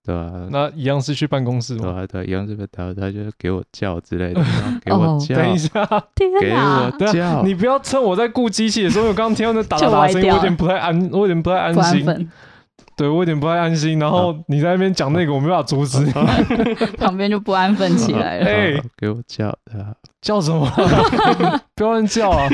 Speaker 3: 对吧？
Speaker 1: 那一样是去办公室
Speaker 3: 对
Speaker 1: 吗？
Speaker 3: 啊，对啊，一样是被打，他就给我叫之
Speaker 1: [LAUGHS]
Speaker 3: 类的，然后给我
Speaker 2: 哦啊
Speaker 3: 叫，
Speaker 1: 等一下，
Speaker 3: 啊
Speaker 1: [LAUGHS]
Speaker 2: 天
Speaker 3: 给
Speaker 2: 哪！
Speaker 1: 等一
Speaker 3: 我
Speaker 1: 下，
Speaker 3: 叫，
Speaker 1: 你不要趁我在顾机器的时候，因为我刚刚听到那打打
Speaker 2: 就
Speaker 1: 打
Speaker 2: 歪
Speaker 1: 的声音，
Speaker 2: 掉
Speaker 1: 我
Speaker 2: 了
Speaker 1: 有点不太安，我有点不太安
Speaker 2: 不安
Speaker 1: 心。
Speaker 2: 分，
Speaker 1: 对我有点不太安心。然
Speaker 3: 嗯
Speaker 1: 后你在那边讲那个，我没办法阻止你。
Speaker 2: 旁边就不安分起来
Speaker 3: [LAUGHS]
Speaker 2: 了。
Speaker 1: 哎
Speaker 3: 啊给我叫啊，
Speaker 1: [LAUGHS] 叫
Speaker 2: [LAUGHS]
Speaker 1: 什么？不要乱叫啊！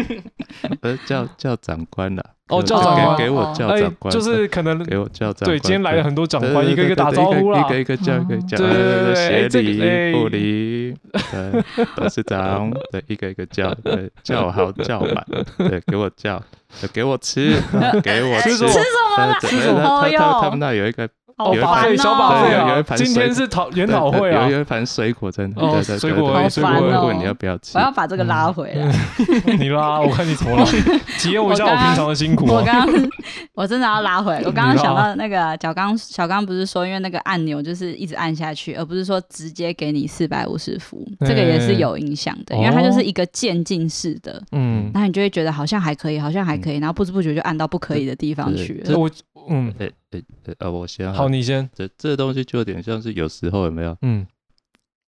Speaker 3: 呃，叫叫长官了。
Speaker 1: 哦
Speaker 3: 给
Speaker 1: 叫
Speaker 3: 我
Speaker 1: 长官
Speaker 3: 给给我叫
Speaker 1: 哎
Speaker 3: 长，官，
Speaker 1: 就是可能
Speaker 3: 给我叫长官。
Speaker 1: 对，今天来了很多长官，
Speaker 3: 对
Speaker 1: 一个一个打招呼啦
Speaker 3: 一。个一个叫，一
Speaker 2: 嗯
Speaker 3: 个叫，
Speaker 1: [LAUGHS] 对对对对
Speaker 3: 协
Speaker 1: 哎这
Speaker 3: 理、
Speaker 1: 个
Speaker 3: 部理、对董事长，对，一个一个叫，对，叫好叫满，对，给我叫，对给我吃，
Speaker 2: [LAUGHS]
Speaker 3: 给
Speaker 2: 哎
Speaker 3: 我
Speaker 1: 吃
Speaker 3: 吃
Speaker 1: 什么哎
Speaker 3: 么？对对
Speaker 2: 哦
Speaker 3: 他
Speaker 2: 哟
Speaker 3: 他他们那有一个，
Speaker 2: 好
Speaker 3: 有一
Speaker 2: 烦
Speaker 3: 盘
Speaker 1: 费
Speaker 2: 哦，
Speaker 1: 小把费
Speaker 3: 对有
Speaker 1: 啊
Speaker 3: 一！盘
Speaker 1: 今天
Speaker 3: 水
Speaker 1: 是讨研
Speaker 3: 对
Speaker 1: 讨会
Speaker 3: 对
Speaker 1: 啊
Speaker 3: 有，有一盘水果在那里，
Speaker 1: 哦
Speaker 3: 对对
Speaker 1: 水
Speaker 3: 对
Speaker 1: 果
Speaker 3: 对
Speaker 2: 好
Speaker 3: 水果
Speaker 2: 烦
Speaker 3: 会
Speaker 2: 哦
Speaker 3: 问你要不要吃
Speaker 2: 我，要把这个拉回来。
Speaker 1: [LAUGHS] 你啦，我看你怎么了？
Speaker 2: [LAUGHS]
Speaker 1: 体验我一下
Speaker 2: 我
Speaker 1: [LAUGHS] 我
Speaker 2: 刚刚
Speaker 1: 平常的辛苦
Speaker 2: 我
Speaker 1: 啊。
Speaker 2: 刚刚 [LAUGHS] 我真的要拉回来，我刚刚
Speaker 1: 你拉
Speaker 2: 想到那个小刚，小刚不是说，因为那个按钮就是一直按下去，而不是说直接给你四百五十伏，这个也是有影响的，
Speaker 1: 哎
Speaker 2: 因为它就是一个渐进式的，
Speaker 1: 嗯，
Speaker 2: 然后你就会觉得好像还可以，好像还可以，然后不知不觉就按到不可以的地方去
Speaker 3: 对
Speaker 2: 了。
Speaker 1: 我嗯，
Speaker 3: 呃呃呃呃，我先
Speaker 1: 好，你先。
Speaker 3: 这这东西就有点像是有时候有没有？
Speaker 1: 嗯，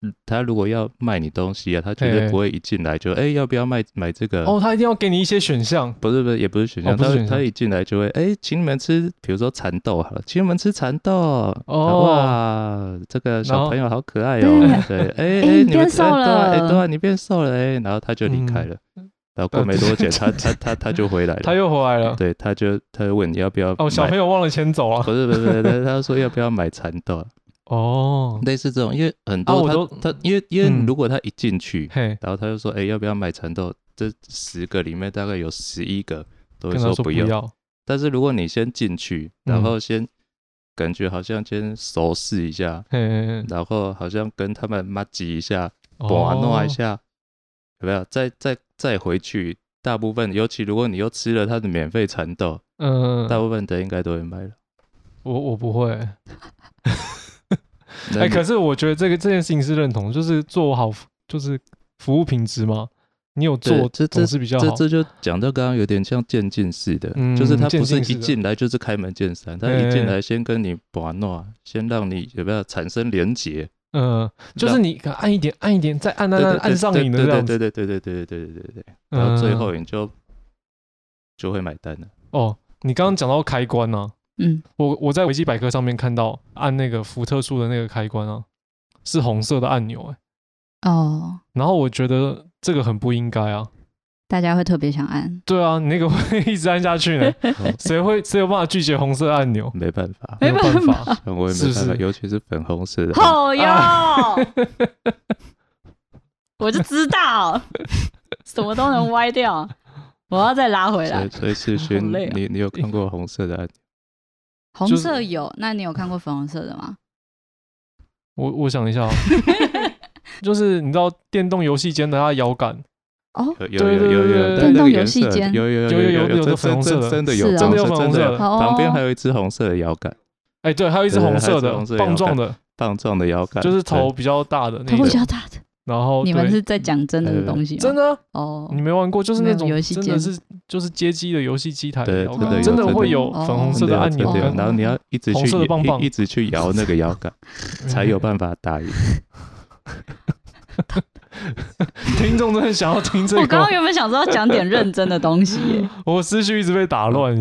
Speaker 3: 嗯他如果要卖你东西啊，他绝
Speaker 1: 哎
Speaker 3: 对不会一进来就哎、要不要卖买这个？
Speaker 1: 哦，他一定要给你一些选项。
Speaker 3: 不是不是，也不是选
Speaker 1: 哦
Speaker 3: 项，
Speaker 1: 不是
Speaker 3: 他
Speaker 1: 选项
Speaker 3: 他一进来就会哎、请你们吃，比如说蚕豆好了，请你们吃蚕豆。
Speaker 1: 哦
Speaker 3: 哇，这个
Speaker 1: 然后
Speaker 3: 小朋友好可爱哦。对，哎哎，
Speaker 2: 你
Speaker 3: 你
Speaker 2: 变
Speaker 3: 们
Speaker 2: 瘦
Speaker 3: 哎对啊
Speaker 2: 了
Speaker 3: 哎对啊，你变瘦了哎，然后他就离开了。然后过没多久，他他他他就回来
Speaker 1: 他
Speaker 3: 了，
Speaker 1: 又回来了。
Speaker 3: 对，他就他就问你要不要
Speaker 1: 哦，小
Speaker 3: 买
Speaker 1: 朋友忘了钱走了。
Speaker 3: [LAUGHS] 不是不是不是，他他说要不要买蚕豆，
Speaker 1: 哦，
Speaker 3: 类似这种，因为很
Speaker 1: 啊我
Speaker 3: 多
Speaker 1: 都
Speaker 3: 他他因为因为
Speaker 1: 嗯
Speaker 3: 如果他一进去，
Speaker 1: 嘿，
Speaker 3: 然后他就说：“哎、要不要买蚕豆？”这十个里面大概有十一个都会
Speaker 1: 跟他说
Speaker 3: 不
Speaker 1: 不
Speaker 3: 要。
Speaker 1: 要。
Speaker 3: 但是如果你先进去，
Speaker 1: 嗯
Speaker 3: 然后先、感觉好像先熟视一下，
Speaker 1: 嘿嘿，嘿
Speaker 3: 然后好像跟他们骂几一下，
Speaker 1: 哦
Speaker 3: 哇、弄一下，有没有？再再再回去，大部分尤其如果你又吃了他的免费蚕豆，
Speaker 1: 嗯，
Speaker 3: 大部分的应该都会买了。
Speaker 1: 我我不会。
Speaker 3: 那
Speaker 1: 哎、
Speaker 3: 你
Speaker 1: 可是我觉得这个这件事情是认同，就是做好服就是服务品质嘛，你有做
Speaker 3: 对这
Speaker 1: 总是比较好
Speaker 3: 这。这就讲到刚刚有点像渐进式的，
Speaker 1: 嗯
Speaker 3: 就是他不是
Speaker 1: 渐进式
Speaker 3: 一
Speaker 1: 的
Speaker 3: 进来就是开门见山，他
Speaker 1: 哎
Speaker 3: 一进来先跟你把闹，先让你有没有产生连结，
Speaker 1: 嗯、就是你可按一点，按一点，再按按
Speaker 3: 对
Speaker 1: 按
Speaker 3: 对
Speaker 1: 按上
Speaker 3: 对
Speaker 1: 瘾的
Speaker 3: 对
Speaker 1: 这样子
Speaker 3: 对，对对对对对对对对对，
Speaker 1: 嗯
Speaker 3: 到最后你就就会买单
Speaker 1: [LAUGHS]
Speaker 3: 了。
Speaker 1: 哦，你刚刚讲到开关呢、
Speaker 2: 嗯，
Speaker 1: 我我在维基百科上面看到按那个福特数的那个开关啊，是红色的按钮、哎，
Speaker 2: 哦，
Speaker 1: 然后我觉得这个很不应该啊。
Speaker 2: 大家会特别想按，
Speaker 1: 对啊，你那个会一直按下去
Speaker 2: [LAUGHS]
Speaker 1: 呢，
Speaker 3: 哦
Speaker 1: 谁会谁有办法拒绝红色按钮？
Speaker 3: 没办
Speaker 1: [LAUGHS]
Speaker 3: 法，
Speaker 1: 没有办法，
Speaker 3: 像我也
Speaker 1: 是
Speaker 3: 没
Speaker 1: 不
Speaker 3: 办法，
Speaker 1: 是
Speaker 3: 尤其是粉红色的，啊
Speaker 2: 好哟， [LAUGHS] 我就知道，什么都能歪掉，我要再拉回
Speaker 3: 所
Speaker 2: 来
Speaker 3: 以。所以世
Speaker 2: 好
Speaker 3: 勋
Speaker 1: 啊
Speaker 2: 累哦，
Speaker 3: 你你有看过红色的啊按钮？
Speaker 2: 红
Speaker 1: 就是
Speaker 2: 色有，那你有看过粉红色的吗？
Speaker 1: 我我想一下、啊，就是你知道电动游戏间的它的摇杆，
Speaker 2: [LAUGHS] 哦，
Speaker 3: 有有
Speaker 1: 对
Speaker 3: 有
Speaker 1: 对对
Speaker 3: 有有
Speaker 1: 对
Speaker 3: 有，
Speaker 1: 对
Speaker 2: 电
Speaker 3: 但那个
Speaker 2: 动游
Speaker 3: 颜
Speaker 2: 戏
Speaker 3: 色
Speaker 2: 间
Speaker 3: 有有
Speaker 1: 有有有
Speaker 3: 有
Speaker 1: 有
Speaker 3: 真
Speaker 1: 的粉红
Speaker 3: 真
Speaker 1: 色的
Speaker 3: 真的
Speaker 2: 是
Speaker 3: 有
Speaker 2: 啊
Speaker 3: 真
Speaker 1: 真的有
Speaker 3: 的
Speaker 1: 粉
Speaker 3: 真
Speaker 1: 红
Speaker 3: 的
Speaker 1: 色的
Speaker 3: 有，
Speaker 2: 哦
Speaker 3: 旁边还有一只红色的摇杆。
Speaker 1: 哎、对，还有一只
Speaker 3: 对
Speaker 1: 红色
Speaker 3: 还有一只
Speaker 1: 的
Speaker 3: 红色的
Speaker 1: 棒状
Speaker 3: 摇
Speaker 1: 的，
Speaker 3: 棒状的摇杆，
Speaker 1: 就是头比较大的那
Speaker 2: 头比
Speaker 1: 个，
Speaker 2: 较大的，
Speaker 1: 然后
Speaker 2: 你们
Speaker 1: 对
Speaker 2: 是在讲真的东西吗？
Speaker 1: 真的啊、
Speaker 2: 哦
Speaker 1: 你，没玩过，就是
Speaker 2: 没
Speaker 1: 那
Speaker 2: 有
Speaker 1: 种
Speaker 2: 游戏
Speaker 1: 真的
Speaker 2: 间
Speaker 1: 是就是街机的游戏机台的
Speaker 3: 对
Speaker 1: 摇
Speaker 3: 真的
Speaker 1: 杆，
Speaker 3: 有
Speaker 1: 真的
Speaker 3: 真的
Speaker 1: 会
Speaker 2: 有
Speaker 1: 有粉红
Speaker 3: 对
Speaker 1: 色的按钮
Speaker 3: 真的有
Speaker 2: 跟
Speaker 3: 然后你要一直
Speaker 1: 红
Speaker 3: 去
Speaker 1: 色的棒棒
Speaker 3: 一一直去摇那个摇
Speaker 1: [LAUGHS]
Speaker 3: 杆，
Speaker 1: 跟
Speaker 3: 才有。办法打赢。
Speaker 1: 听众真的想要听这
Speaker 2: 我刚刚
Speaker 1: 个，
Speaker 2: 原本想说要讲点认真的东西
Speaker 1: [LAUGHS]
Speaker 2: 耶，
Speaker 1: 我思绪一直被打
Speaker 2: [LAUGHS]
Speaker 1: 乱。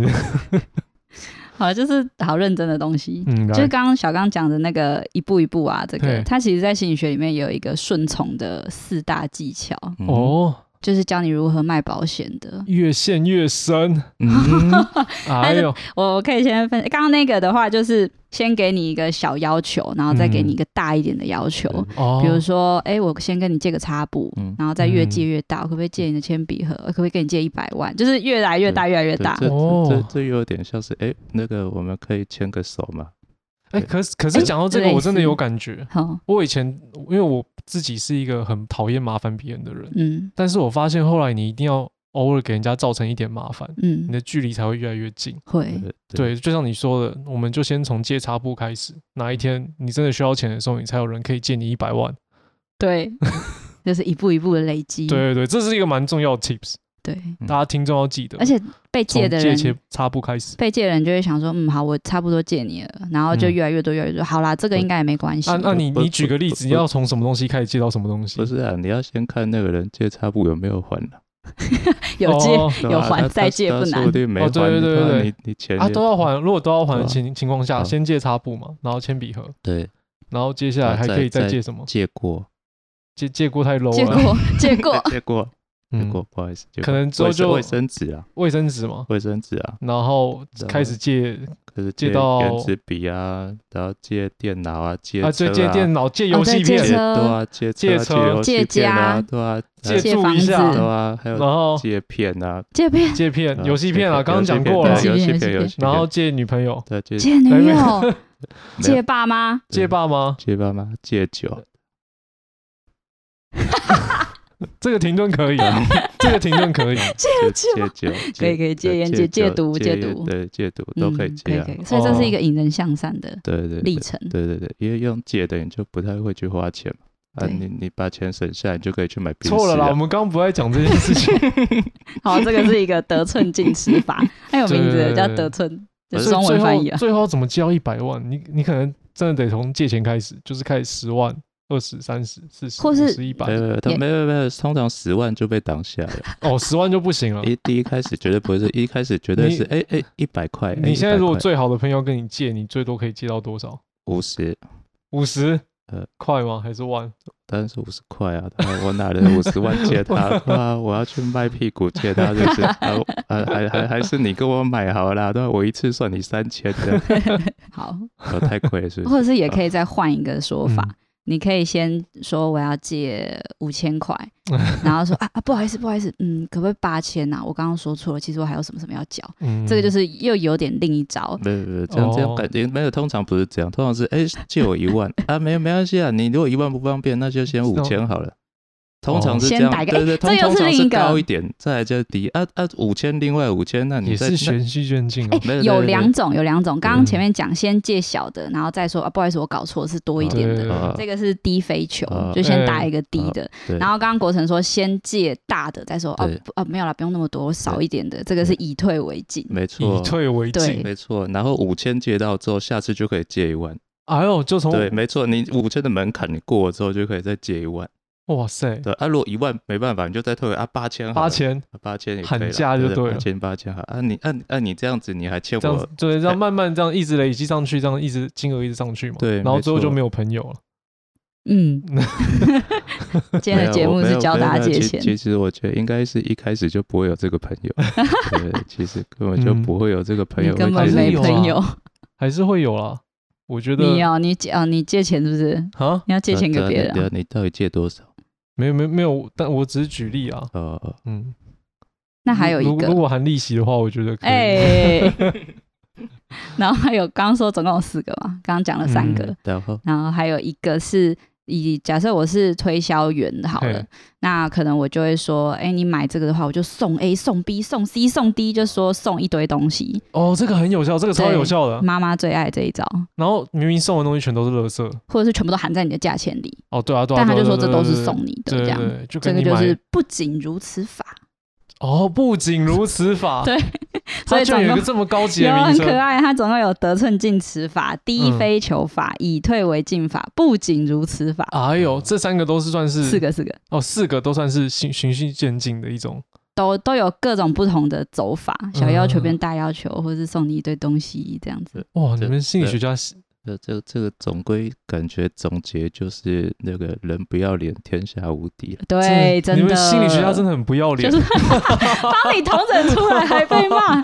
Speaker 2: 好，就是好认真的东西。
Speaker 1: 嗯，
Speaker 2: 就是
Speaker 1: 来，
Speaker 2: 刚刚小刚讲的那个一步一步啊，这
Speaker 1: 对
Speaker 2: 个它其实，在心理学里面有一个顺从的四大技巧，
Speaker 3: 嗯，
Speaker 1: 哦，
Speaker 2: 就是教你如何卖保险的。
Speaker 1: 越陷越
Speaker 2: [LAUGHS]
Speaker 1: 深。 [LAUGHS]
Speaker 3: 嗯，
Speaker 1: 哎呦，
Speaker 2: 我我可以先分，刚刚那个的话，就是先给你一个小要求，然后再
Speaker 1: 嗯
Speaker 2: 给你一个大一点的要求。
Speaker 3: 嗯
Speaker 1: 哦，
Speaker 2: 比如说，哎、我先跟你借个擦布，
Speaker 3: 嗯
Speaker 2: 然后再越
Speaker 1: 嗯
Speaker 2: 借越大，我可不可以借你的铅笔盒？呃可不可以给你借一百万？就是越来越大，越来越
Speaker 3: 对
Speaker 2: 大。
Speaker 3: 这
Speaker 1: 哦
Speaker 3: 这这这有点像是哎，那个我们可以牵个手嘛？
Speaker 1: 哎，可是可是讲到这个，
Speaker 2: 类似
Speaker 1: 我真的有感觉。
Speaker 2: 好，
Speaker 1: 我以前因为我自己是一个很讨厌麻烦别人的人，
Speaker 2: 嗯
Speaker 1: 但是我发现后来你一定要偶尔给人家造成一点麻烦，你
Speaker 2: 嗯，
Speaker 1: 的距离才会越来越近。
Speaker 2: 会，
Speaker 1: 对，就像你说的，我们就先从借擦布开始。哪一天你真的需要钱的时候，你才有人可以借你一百万。
Speaker 2: 嗯对，就是一步一步的累积。
Speaker 1: 对对对，这是一个蛮重要的 tips，
Speaker 2: 对
Speaker 3: 嗯
Speaker 1: 大家听众要记得。
Speaker 2: 而且被
Speaker 1: 从
Speaker 2: 借的
Speaker 1: 借
Speaker 3: 哦
Speaker 2: 人，
Speaker 1: 切擦布开始，
Speaker 2: 被借的人就会想说，嗯，好，我差不多借你了，然后就
Speaker 1: 嗯
Speaker 2: 越来越多，越来越多。好啦，这个应该也没关系。
Speaker 1: 那那你
Speaker 3: 不
Speaker 1: 你举个例子，
Speaker 3: 不
Speaker 1: 你要从什么东西开始借到什么东西
Speaker 3: 不？是啊，你要先看那个人借擦布有没有还了。
Speaker 2: 有借 [LAUGHS]
Speaker 1: 哦
Speaker 3: 对
Speaker 2: 有
Speaker 3: 啊
Speaker 2: 还
Speaker 3: 他
Speaker 2: 再
Speaker 3: 他
Speaker 2: 借
Speaker 3: 他
Speaker 2: 不
Speaker 3: 说
Speaker 2: 难
Speaker 3: 不定没
Speaker 1: 哦
Speaker 3: 还，
Speaker 1: 对对对
Speaker 3: 啊
Speaker 1: 对
Speaker 3: 你你嗯钱
Speaker 1: 啊
Speaker 3: 也
Speaker 1: 都要还，如果都要还的情情况下，
Speaker 3: 好
Speaker 1: 先借擦布嘛，然后铅笔盒，
Speaker 3: 对
Speaker 1: 然后接下来
Speaker 3: 啊
Speaker 1: 还
Speaker 3: 再
Speaker 1: 可以再
Speaker 3: 再
Speaker 1: 借什么？
Speaker 3: 借
Speaker 2: [LAUGHS]
Speaker 3: 过，
Speaker 1: 借借过太 low
Speaker 2: 结
Speaker 1: 了，
Speaker 3: [LAUGHS]
Speaker 2: 果结果
Speaker 3: 借过，借
Speaker 1: 嗯
Speaker 3: 过，，不好意思，借
Speaker 1: 可
Speaker 3: 过
Speaker 1: 能之后
Speaker 3: 卫生
Speaker 1: 就
Speaker 3: 卫生纸啊，
Speaker 1: 卫生纸嘛，
Speaker 3: 卫生纸啊，
Speaker 1: 然后
Speaker 3: 然后
Speaker 1: 开始借
Speaker 3: 可是
Speaker 1: 借
Speaker 3: 借
Speaker 1: 到
Speaker 3: 原子笔啊，然后借电脑啊，借
Speaker 1: 啊，
Speaker 3: 车
Speaker 1: 借借电脑、借
Speaker 2: 哦
Speaker 1: 游
Speaker 2: 对
Speaker 1: 戏
Speaker 2: 借
Speaker 1: 片
Speaker 3: 借、
Speaker 2: 车
Speaker 3: 对啊，借
Speaker 1: 借
Speaker 3: 啊
Speaker 1: 车
Speaker 3: 游
Speaker 2: 借
Speaker 3: 戏片啊，
Speaker 2: 家
Speaker 3: 对啊，
Speaker 1: 借
Speaker 2: 借
Speaker 1: 住
Speaker 2: 房
Speaker 1: 一下，
Speaker 2: 子
Speaker 3: 对啊，还
Speaker 1: 然
Speaker 3: 有
Speaker 1: 后
Speaker 3: 借片啊，
Speaker 2: 借片
Speaker 1: 借
Speaker 3: 对
Speaker 1: 片、
Speaker 3: 啊
Speaker 1: 游戏片啊，
Speaker 3: 借
Speaker 1: 刚刚
Speaker 3: 游戏
Speaker 1: 讲
Speaker 3: 片
Speaker 1: 过
Speaker 3: 对
Speaker 1: 了
Speaker 2: 游，戏
Speaker 3: 游戏
Speaker 2: 片
Speaker 3: 片，
Speaker 2: 游
Speaker 3: 游
Speaker 2: 戏
Speaker 3: 戏
Speaker 1: 然
Speaker 3: 片
Speaker 1: 后借女朋友、
Speaker 3: 对，借
Speaker 2: 借
Speaker 3: [LAUGHS]
Speaker 2: 女
Speaker 1: 没有
Speaker 2: 友
Speaker 3: 没有
Speaker 2: 借爸妈
Speaker 1: 借爸妈，
Speaker 3: 借爸妈借酒，
Speaker 1: 这个停顿可
Speaker 3: [LAUGHS]
Speaker 1: 以啊，这个停顿可以。
Speaker 3: 借
Speaker 2: 酒
Speaker 3: 借酒，
Speaker 2: 可以可以戒
Speaker 3: 对
Speaker 2: 烟
Speaker 3: 戒
Speaker 2: 戒戒
Speaker 3: 酒
Speaker 2: 毒戒
Speaker 3: 戒烟
Speaker 2: 毒
Speaker 3: 对戒毒 [LAUGHS] 都可以
Speaker 2: 嗯
Speaker 3: 戒啊
Speaker 2: 可，以，所以这
Speaker 1: 哦
Speaker 2: 是一个引人向善的
Speaker 3: 对对
Speaker 2: 历
Speaker 3: 对
Speaker 2: 程。
Speaker 3: 对对对，因为用借的你就不太会去花钱嘛，啊
Speaker 2: 对
Speaker 3: 你你把钱省下来，你就可以去买冰
Speaker 1: 错了
Speaker 3: 室
Speaker 1: 啦，
Speaker 3: 啊
Speaker 1: 我们刚刚不爱讲这件事情，
Speaker 2: [LAUGHS] 好，这个是一个得寸进
Speaker 1: [LAUGHS]
Speaker 2: 尺法，它有名字
Speaker 1: 对
Speaker 2: 的
Speaker 1: 对
Speaker 2: 叫
Speaker 1: 对
Speaker 2: 得寸，就
Speaker 3: 可
Speaker 2: 是
Speaker 1: 所
Speaker 2: 中
Speaker 1: 以最
Speaker 2: 文翻
Speaker 1: 后
Speaker 2: 译啊。
Speaker 1: 最后怎么借到一百万？你你可能真的得从借钱开始，就是开始十万、二十、三十、四十、
Speaker 2: 或
Speaker 1: 五
Speaker 2: 是
Speaker 1: 十、一百
Speaker 3: 没，有没有，他
Speaker 2: 也
Speaker 3: 没有没有，通常十万就被挡下了。
Speaker 1: 哦，十万就不行了。
Speaker 3: 一第一开始绝对不会是，一开始绝对
Speaker 1: 你
Speaker 3: 是哎哎一百块。
Speaker 1: 你现在如果最好的朋友跟你借，你最多可以借到多少？
Speaker 3: 五十，
Speaker 1: 五十？
Speaker 3: 呃
Speaker 1: 块吗？还是万？
Speaker 3: 当然是五十块啊！当然我哪能五十万
Speaker 2: [LAUGHS]
Speaker 3: 借他啊？我要去卖屁股借他，就是啊啊还还还是你跟我买好啦，对吧？我一次算你三千的，
Speaker 2: [LAUGHS] 好，
Speaker 3: 我太亏了是不
Speaker 2: 或 [LAUGHS]
Speaker 3: 是？
Speaker 2: 者是也可以再换一个说法
Speaker 1: 嗯，
Speaker 2: 你可以先说我要借五千
Speaker 1: [LAUGHS]
Speaker 2: 块，然后说啊啊不好意思不好意思，嗯，可不可以八千啊？我刚刚说错了，其实我还有什么什么要缴，
Speaker 1: 嗯，
Speaker 2: 这个就是又有点另一招。
Speaker 3: 没有没有，这样这
Speaker 1: 哦
Speaker 3: 样感觉没有，通常不是这样，通常是哎借我一万啊，没有没关系啊，你如果一万不方便，那就先五千好了。通常是这
Speaker 2: 哦先
Speaker 3: 样
Speaker 2: 打，一个哎
Speaker 3: 对
Speaker 2: 这
Speaker 3: 对，通
Speaker 2: 又是
Speaker 3: 通常
Speaker 2: 另一
Speaker 3: 是
Speaker 2: 个
Speaker 3: 高一点，再来就是低啊啊五千，另外五千，那你
Speaker 1: 也
Speaker 3: 再
Speaker 1: 是
Speaker 3: 那
Speaker 1: 循序渐进啊。
Speaker 3: 没有
Speaker 2: 哎有
Speaker 3: 对对
Speaker 2: 两种，有两种。刚刚
Speaker 1: 嗯
Speaker 2: 前面讲先借小的，然后再说啊，不好意思，我搞错，是多一点
Speaker 1: 对哎
Speaker 2: 的。
Speaker 3: 啊
Speaker 2: 这个是低飞球
Speaker 3: 啊，
Speaker 2: 就先打一个低的。
Speaker 3: 对
Speaker 2: 然后刚刚国成说先借大的，再说哦
Speaker 3: 对
Speaker 2: 不哦没有啦，不用那么多，我少一点的。这个是以退为进。
Speaker 3: 没
Speaker 1: 以
Speaker 3: 错，
Speaker 1: 退为进
Speaker 2: 对，
Speaker 3: 没错。然后五千借到之后，下次就可以借一万。
Speaker 1: 哎呦，就从
Speaker 3: 对，没错，你五千的门槛你过了之后，就可以再借一万。
Speaker 1: 哇塞，
Speaker 3: 对啊，如果一万没办法，你就再退回啊八千好
Speaker 1: 八
Speaker 3: 了，
Speaker 1: 千
Speaker 3: 啊八千也可
Speaker 1: 喊
Speaker 3: 以了
Speaker 1: 价就
Speaker 3: 对
Speaker 1: 对了
Speaker 3: 八千八千好啊你按按你这样子，你还欠
Speaker 1: 这样子
Speaker 3: 我， [LAUGHS]
Speaker 1: 对，这样慢慢这样一直累积上去，这样一直金额一直上去嘛。
Speaker 3: 对
Speaker 1: 然后
Speaker 3: 没
Speaker 1: 最后就
Speaker 3: 错
Speaker 1: 没有朋友了。
Speaker 3: [LAUGHS]
Speaker 2: 嗯，今天
Speaker 3: 没
Speaker 2: 的
Speaker 3: 有
Speaker 2: 节
Speaker 3: 我
Speaker 2: 目
Speaker 3: 没
Speaker 2: 是
Speaker 3: 有
Speaker 2: 教
Speaker 3: 没有
Speaker 2: 大家
Speaker 3: 没有
Speaker 2: 借
Speaker 3: 其
Speaker 2: 钱。
Speaker 3: 其实我觉得应该是一开始就不会有这个
Speaker 2: [LAUGHS]
Speaker 3: 朋友，对，其实根本就
Speaker 1: 嗯
Speaker 3: 不会有这个朋
Speaker 2: 你
Speaker 3: 友会
Speaker 2: 根
Speaker 1: 还
Speaker 2: 本
Speaker 1: 是
Speaker 2: 没
Speaker 1: 有啊
Speaker 2: 朋友，
Speaker 1: 还是会有啦。我觉
Speaker 2: 你
Speaker 1: 得
Speaker 2: 要你借啊，你借钱是不是？
Speaker 1: 啊，
Speaker 2: 你要借钱给别人
Speaker 3: 对啊
Speaker 2: 啊？
Speaker 3: 你到底借多少？
Speaker 1: 没有没有没有，但我只是举例啊。
Speaker 3: 呃，
Speaker 1: 嗯，
Speaker 2: 那还有
Speaker 1: 如
Speaker 2: 一
Speaker 1: 如
Speaker 2: 个，
Speaker 1: 果含利息的话，我觉得可以。
Speaker 2: 哎，
Speaker 3: [LAUGHS]
Speaker 2: 然后还有刚刚说总共有四个嘛，刚刚讲了三个
Speaker 1: 嗯，
Speaker 3: 然后
Speaker 2: 然后还有一个是以假设我是推销员好了
Speaker 1: 嘿，
Speaker 2: 那可能我就会说，哎、你买这个的话，我就送 A 送 B 送 C 送 D，就说送一堆东西。
Speaker 1: 哦，这个很有效，这个超
Speaker 2: 对
Speaker 1: 有效的。啊
Speaker 2: 妈妈最爱这一招，
Speaker 1: 然后明明送的东西全都是垃圾。
Speaker 2: 或者是全部都含在你的价钱里，
Speaker 1: 哦，对啊，对啊。
Speaker 2: 但他
Speaker 1: 对
Speaker 2: 就
Speaker 1: 啊
Speaker 2: 说这都是。
Speaker 1: 对啊
Speaker 2: 送你的
Speaker 1: 对
Speaker 2: 这
Speaker 1: 对
Speaker 2: 样。
Speaker 1: 对，就
Speaker 2: 这
Speaker 1: 跟
Speaker 2: 个
Speaker 1: 你
Speaker 2: 就
Speaker 1: 买
Speaker 2: 是不仅如此法，
Speaker 1: 哦，不仅如此法，
Speaker 2: [LAUGHS] 对所
Speaker 1: [LAUGHS] 它
Speaker 2: 以
Speaker 1: 就
Speaker 2: 总
Speaker 1: 有一
Speaker 2: 共
Speaker 1: 个这么高级
Speaker 2: 有啊
Speaker 1: 的名
Speaker 2: 很
Speaker 1: 称
Speaker 2: 可，爱，它总共有得寸进尺法、低
Speaker 1: 嗯
Speaker 2: 飞球法、以退为进法、不仅如此法，
Speaker 1: 哎呦，这三个都是算是
Speaker 2: 四个四个
Speaker 1: 哦，四个都算是循循序渐进的一种。
Speaker 2: 都都有各种不同的走法，小要求
Speaker 1: 嗯
Speaker 2: 变大要求，或是送你一堆东西这样子。
Speaker 1: 哇，你
Speaker 3: 对
Speaker 1: 们心理
Speaker 3: 对
Speaker 1: 学家是
Speaker 3: 这这这个总归感觉总结就是那个人不要脸，天下无敌啊。
Speaker 2: 对，
Speaker 1: 你
Speaker 2: 真的，
Speaker 1: 们心理学家真的很不要脸
Speaker 2: 就是帮你同整出来还
Speaker 1: [LAUGHS]
Speaker 2: 被骂，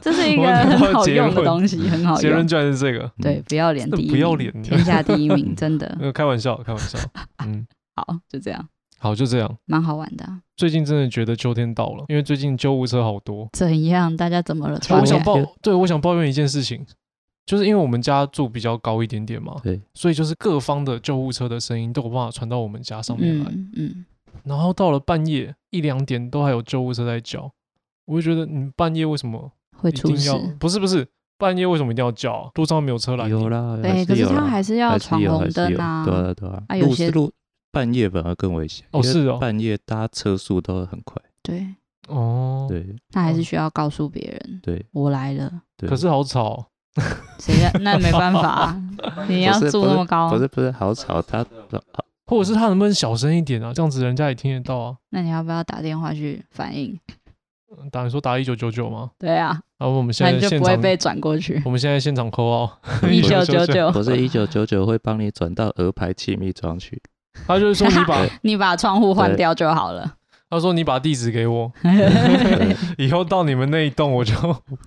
Speaker 2: 这是一个很好用的东西，很好
Speaker 1: 结论
Speaker 2: 用。
Speaker 1: 居然是这个，
Speaker 3: 嗯
Speaker 2: 对，不要脸
Speaker 1: 真的
Speaker 2: 第一名，
Speaker 1: 不要脸
Speaker 2: 天下第一
Speaker 1: [LAUGHS]
Speaker 2: 名，真的
Speaker 1: 呃，开玩笑，开玩
Speaker 2: [LAUGHS]
Speaker 1: 笑，嗯，
Speaker 2: 好，就这样，
Speaker 1: 好，就这样。
Speaker 2: 蛮好玩的啊。
Speaker 1: 最近真的觉得秋天到了，因为最近救护车好多。
Speaker 2: 怎样？大家怎么了？
Speaker 1: 我
Speaker 2: 传
Speaker 3: 抱歉
Speaker 1: 想
Speaker 2: 染
Speaker 1: 抱，对我想抱怨一件事情，就是因为我们家住比较高一点点嘛，
Speaker 3: 对，
Speaker 1: 所以就是各方的救护车的声音都有办法传到我们家上面来。
Speaker 2: 嗯嗯，
Speaker 1: 然后到了半夜一两点都还有救护车在叫，我就觉得你半夜为什么
Speaker 2: 会
Speaker 1: 一
Speaker 2: 出
Speaker 1: 定
Speaker 2: 事
Speaker 1: 要。？不是不是，半夜为什么一定要叫啊？路上没有车来，
Speaker 3: 有啦，
Speaker 2: 对，可
Speaker 3: 是
Speaker 2: 是
Speaker 3: 有啦
Speaker 2: 他还是要
Speaker 3: 还是
Speaker 2: 闯
Speaker 3: 有还
Speaker 2: 红
Speaker 3: 是
Speaker 2: 灯
Speaker 3: 有
Speaker 2: 啊。
Speaker 3: 对啊对啊，
Speaker 2: 啊有
Speaker 3: 路
Speaker 2: 些
Speaker 3: 是路，半夜反而更危险。
Speaker 1: 哦
Speaker 3: 因为
Speaker 1: 是哦
Speaker 3: 半夜搭车速都很快。
Speaker 2: 对，
Speaker 1: 哦，
Speaker 3: 对
Speaker 2: 那还是需要告诉别人，
Speaker 3: 对
Speaker 2: 我来了。
Speaker 3: 对，
Speaker 1: 可是好吵哦，
Speaker 3: [LAUGHS]
Speaker 2: 谁要？那没办法啊，你要
Speaker 3: 不是
Speaker 2: 住
Speaker 3: 不
Speaker 2: 那
Speaker 3: 是
Speaker 2: 么高 [LAUGHS]
Speaker 3: 不，是不是好吵，他
Speaker 1: 或者是他能不能小声一点啊？这样子人家也听得到啊。
Speaker 2: 那你要不要打电话去反映？
Speaker 1: 嗯打你说打一九九九吗？
Speaker 2: 对啊，
Speaker 1: 然后我们现
Speaker 2: 那
Speaker 1: 在
Speaker 2: 你就
Speaker 1: 现
Speaker 2: 不会
Speaker 1: 场，
Speaker 2: 被转过
Speaker 3: [LAUGHS]
Speaker 2: 去。
Speaker 1: 我们现在现场扣啊，
Speaker 2: 一九九九，
Speaker 3: 不是一九九九会帮你转到鹅牌气密装去，
Speaker 1: 他就是说你
Speaker 2: [LAUGHS]
Speaker 1: 把，
Speaker 2: 你把窗户换
Speaker 3: 对
Speaker 2: 掉就好了。
Speaker 1: 他说你把地址给我，
Speaker 2: [LAUGHS]
Speaker 3: 对
Speaker 1: 以后到你们那一栋我就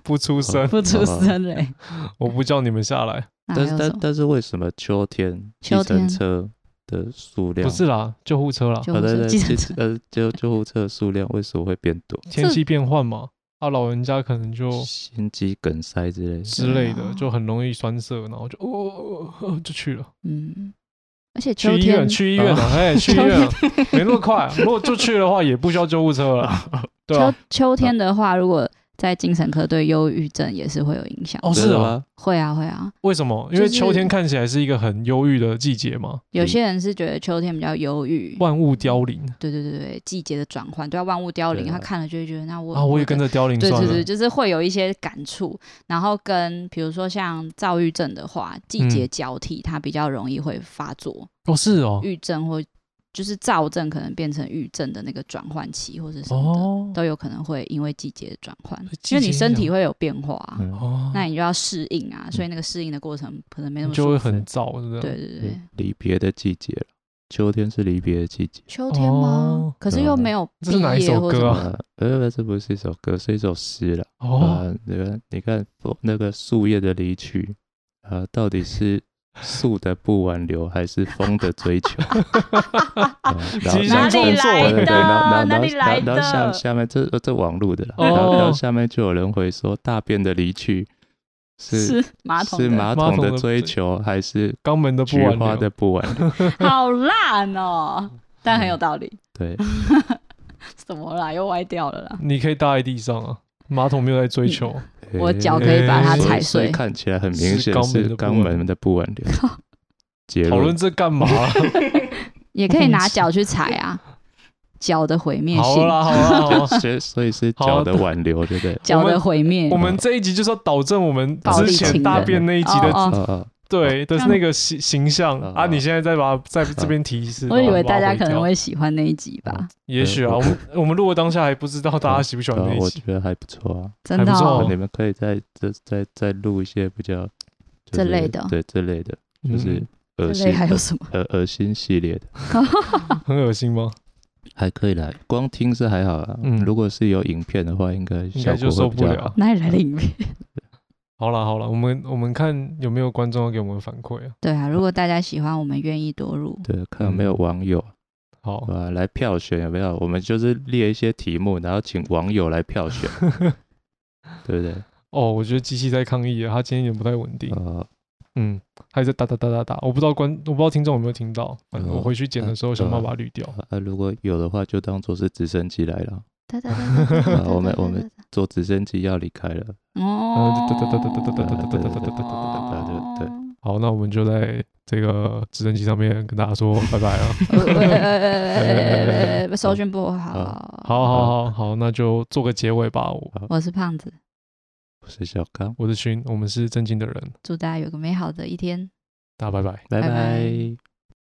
Speaker 1: 不出声，
Speaker 2: 不出声嘞。
Speaker 1: 我不叫你们下来。
Speaker 2: 那还啊有
Speaker 3: 但是
Speaker 2: 什
Speaker 3: 但
Speaker 2: 么？
Speaker 3: 但是为什么秋天计
Speaker 2: 秋天
Speaker 3: 程车的数量
Speaker 2: 啊
Speaker 1: 不是啦，救护车啦，
Speaker 2: 救
Speaker 3: 好
Speaker 2: 护
Speaker 3: 的，
Speaker 2: 车、
Speaker 3: 对
Speaker 2: 计程
Speaker 3: 计
Speaker 2: 车，
Speaker 3: 呃，救救护车的数量为什么会变
Speaker 1: [LAUGHS]
Speaker 3: 多？
Speaker 1: 天气变换嘛，啊，老人家可能就
Speaker 3: 心肌梗塞之类的，
Speaker 1: 之类的
Speaker 2: 啊，
Speaker 1: 就很容易酸涩，然后就哦哦哦哦就去了，
Speaker 2: 嗯，而且秋
Speaker 1: 去医院，
Speaker 2: 天哦
Speaker 1: 去医院了，哎，去医院
Speaker 2: [LAUGHS]
Speaker 1: 了，没那么快啊。如果就去的话，也不需要救护车了，
Speaker 2: [LAUGHS]
Speaker 1: 对
Speaker 2: 秋
Speaker 1: 啊，
Speaker 2: 秋天的话，如果在精神科对忧郁症也是会有影响。
Speaker 1: 哦
Speaker 3: 真
Speaker 1: 是
Speaker 3: 的
Speaker 1: 啊
Speaker 3: 吗？
Speaker 2: 会啊，会啊。
Speaker 1: 为什么？因
Speaker 2: 就
Speaker 1: 为
Speaker 2: 是
Speaker 1: 秋天看起来是一个很忧郁的季节嘛，
Speaker 2: 有
Speaker 3: 嗯
Speaker 2: 些人是觉得秋天比较忧郁，
Speaker 1: 万物凋零
Speaker 2: 对对对对，季节的转换，对啊，万物凋零，
Speaker 3: 对啊
Speaker 2: 他看了就会觉得那我
Speaker 1: 啊，我也
Speaker 2: 的
Speaker 1: 跟着凋零
Speaker 2: 对
Speaker 1: 算
Speaker 2: 对对，
Speaker 1: 了。
Speaker 2: 就是会有一些感触，然后跟比如说像躁郁症的话，季节
Speaker 1: 嗯
Speaker 2: 交替它比较容易会发作，
Speaker 1: 哦，是哦，
Speaker 2: 郁症或就是躁症可能变成郁症的那个转换期或者什么的，
Speaker 1: 哦
Speaker 2: 都有可能会因为季节转换
Speaker 1: 所以，季
Speaker 2: 因为你
Speaker 1: 节
Speaker 2: 身
Speaker 1: 影
Speaker 2: 体
Speaker 1: 响
Speaker 2: 会有变化啊、
Speaker 3: 嗯
Speaker 1: 哦，
Speaker 2: 那你就要适应啊，所以那个适应的过程可能没那么
Speaker 1: 就
Speaker 2: 舒
Speaker 1: 会
Speaker 2: 服。
Speaker 1: 很嗯燥，是不是？
Speaker 2: 对对对，
Speaker 3: 离别的季节了，秋天是离别的季节。
Speaker 2: 秋天吗
Speaker 1: 哦？
Speaker 2: 可是又没有
Speaker 1: 这
Speaker 2: 毕
Speaker 1: 是哪一
Speaker 2: 业
Speaker 1: 首
Speaker 2: 或者
Speaker 1: 歌啊
Speaker 3: 呃，呃，这不是一首歌，是一首诗了。
Speaker 1: 哦，
Speaker 3: 啊，你看，你看，哦那个树叶的离去，啊，到底是树的不挽留，还是风的追求？ [LAUGHS] 啊然后
Speaker 1: 其实
Speaker 3: 然
Speaker 2: 哪
Speaker 3: 后
Speaker 1: 像创
Speaker 2: 里
Speaker 1: 作
Speaker 2: 来
Speaker 1: 对
Speaker 2: 的
Speaker 1: 对对
Speaker 3: 然后然后然后？
Speaker 2: 哪里来
Speaker 3: 然后下
Speaker 2: 的？
Speaker 3: 下面这呃这网路的啦，然后然后
Speaker 1: 哦
Speaker 3: 下面就有人回说，大便的离去是
Speaker 2: 是马桶
Speaker 3: 是
Speaker 2: 的
Speaker 3: 马
Speaker 1: 马
Speaker 3: 桶
Speaker 1: 桶
Speaker 3: 的
Speaker 1: 的
Speaker 3: 追
Speaker 1: 追
Speaker 3: 求，还是
Speaker 1: 肛门的不
Speaker 3: 菊花
Speaker 1: 挽
Speaker 3: 的
Speaker 1: 留，
Speaker 3: 不挽留？ [LAUGHS]
Speaker 2: 好烂哦，但很有道理。
Speaker 3: 对，
Speaker 2: 什么啦？又歪掉了啦。
Speaker 1: 你可以搭在地上啊，马桶没有在
Speaker 2: 嗯
Speaker 1: 追求，
Speaker 3: [LAUGHS]
Speaker 2: 我脚
Speaker 1: 可以把它
Speaker 3: 诶
Speaker 1: 踩
Speaker 3: 嗯所以
Speaker 2: 碎
Speaker 3: 看起来很明
Speaker 1: 是
Speaker 3: 显
Speaker 1: 肛门
Speaker 3: 是
Speaker 1: 的不
Speaker 3: 肛
Speaker 1: 挽
Speaker 3: 门的不挽留。
Speaker 2: [LAUGHS]
Speaker 3: 结
Speaker 1: 讨
Speaker 3: 论
Speaker 1: 论这干嘛？啊
Speaker 2: 也可以拿脚去踩啊，脚的毁灭
Speaker 1: 好
Speaker 2: 性，
Speaker 1: 啦好啦
Speaker 2: [LAUGHS]
Speaker 1: 好啦，
Speaker 3: 所以所以是脚的挽留，对不
Speaker 1: [LAUGHS]
Speaker 3: 对？
Speaker 2: 脚的毁灭
Speaker 1: 我。们这一集就是要导正我们
Speaker 2: 暴
Speaker 1: 之
Speaker 2: 力
Speaker 1: 前
Speaker 2: 情
Speaker 1: 大
Speaker 2: 人
Speaker 1: 便那一集的
Speaker 2: 哦
Speaker 3: 哦
Speaker 2: 哦，
Speaker 3: 哦，
Speaker 1: 对的
Speaker 2: 这样
Speaker 1: 那个形形象
Speaker 3: 哦
Speaker 1: 啊，你现在再把它在
Speaker 3: 嗯
Speaker 1: 这边提示，
Speaker 2: 我以
Speaker 1: 然后
Speaker 2: 为
Speaker 1: 把
Speaker 2: 大
Speaker 1: 它
Speaker 2: 家
Speaker 1: 毁
Speaker 2: 可能
Speaker 1: 掉，
Speaker 2: 会喜欢那一集吧，
Speaker 1: 也许啊，
Speaker 3: 呃
Speaker 1: 我
Speaker 3: [LAUGHS]
Speaker 1: 们我们录的当下还不知道大家
Speaker 3: 嗯
Speaker 1: 喜不喜
Speaker 3: 对
Speaker 1: 欢
Speaker 3: 啊
Speaker 1: 那一
Speaker 3: 我
Speaker 1: 集，
Speaker 3: 觉得还不错啊。
Speaker 2: 真的
Speaker 1: 还不错
Speaker 2: 哦
Speaker 1: 哦
Speaker 3: 你们可以再再再再录一些比较就是
Speaker 2: 这类的哦
Speaker 3: 对这类的，就是
Speaker 2: [LAUGHS]
Speaker 1: 嗯
Speaker 3: 恶
Speaker 2: 这
Speaker 3: 心
Speaker 2: 类还有什么？
Speaker 3: 恶恶心系列的，
Speaker 1: 很恶心吗？
Speaker 3: 还可以啦。光听是还好啊，
Speaker 1: 嗯
Speaker 3: 如果是有影片的话，应该
Speaker 1: 应
Speaker 3: 效
Speaker 1: 该就
Speaker 3: 果
Speaker 1: 受
Speaker 3: 会比
Speaker 1: 不
Speaker 3: 较
Speaker 1: 了
Speaker 3: 好。。
Speaker 2: 哪里来的影片？
Speaker 1: 好了好了，我们我们看有没有观众要给我们反馈啊？
Speaker 2: 对啊，如果大家喜欢，我们愿意多入。
Speaker 3: 对，看有没
Speaker 1: 嗯
Speaker 3: 有网友
Speaker 1: 好， [LAUGHS]
Speaker 3: 啊来票选有没有？我们就是列一些题目，然后请网友来票选，对不对？
Speaker 1: 哦，我觉得机器在抗议啊，它今天有点不太稳定，
Speaker 3: 呃，
Speaker 1: 嗯，还在哒哒哒哒哒，我不知道观我不知道听众有没有听到，反正
Speaker 3: 嗯
Speaker 1: 我回去剪的时候
Speaker 3: 嗯
Speaker 1: 想办法把它滤掉。
Speaker 3: 啊，如果有的话，就当做是直升机来了。
Speaker 2: 哒哒哒哒哒哒
Speaker 3: 我们
Speaker 2: 哒哒
Speaker 3: 我们坐直升机要离开了，
Speaker 2: 哒哦，
Speaker 1: 哒哒哒哒哒哒哒哒哒哒哒哒
Speaker 3: 哒哒
Speaker 1: 好，那我们就在这个直升机上面跟大家说拜拜
Speaker 3: [LAUGHS]
Speaker 1: 了。
Speaker 2: 对，收讯不好。
Speaker 1: 好，好好好，那就做个结尾吧。我
Speaker 2: 我是胖子，
Speaker 3: 我是小刚，
Speaker 1: 我是勋，我们是正经的人，
Speaker 2: 祝大家有个美好的一天。
Speaker 1: 大家拜拜。
Speaker 3: 拜
Speaker 2: 拜
Speaker 3: 拜
Speaker 2: 拜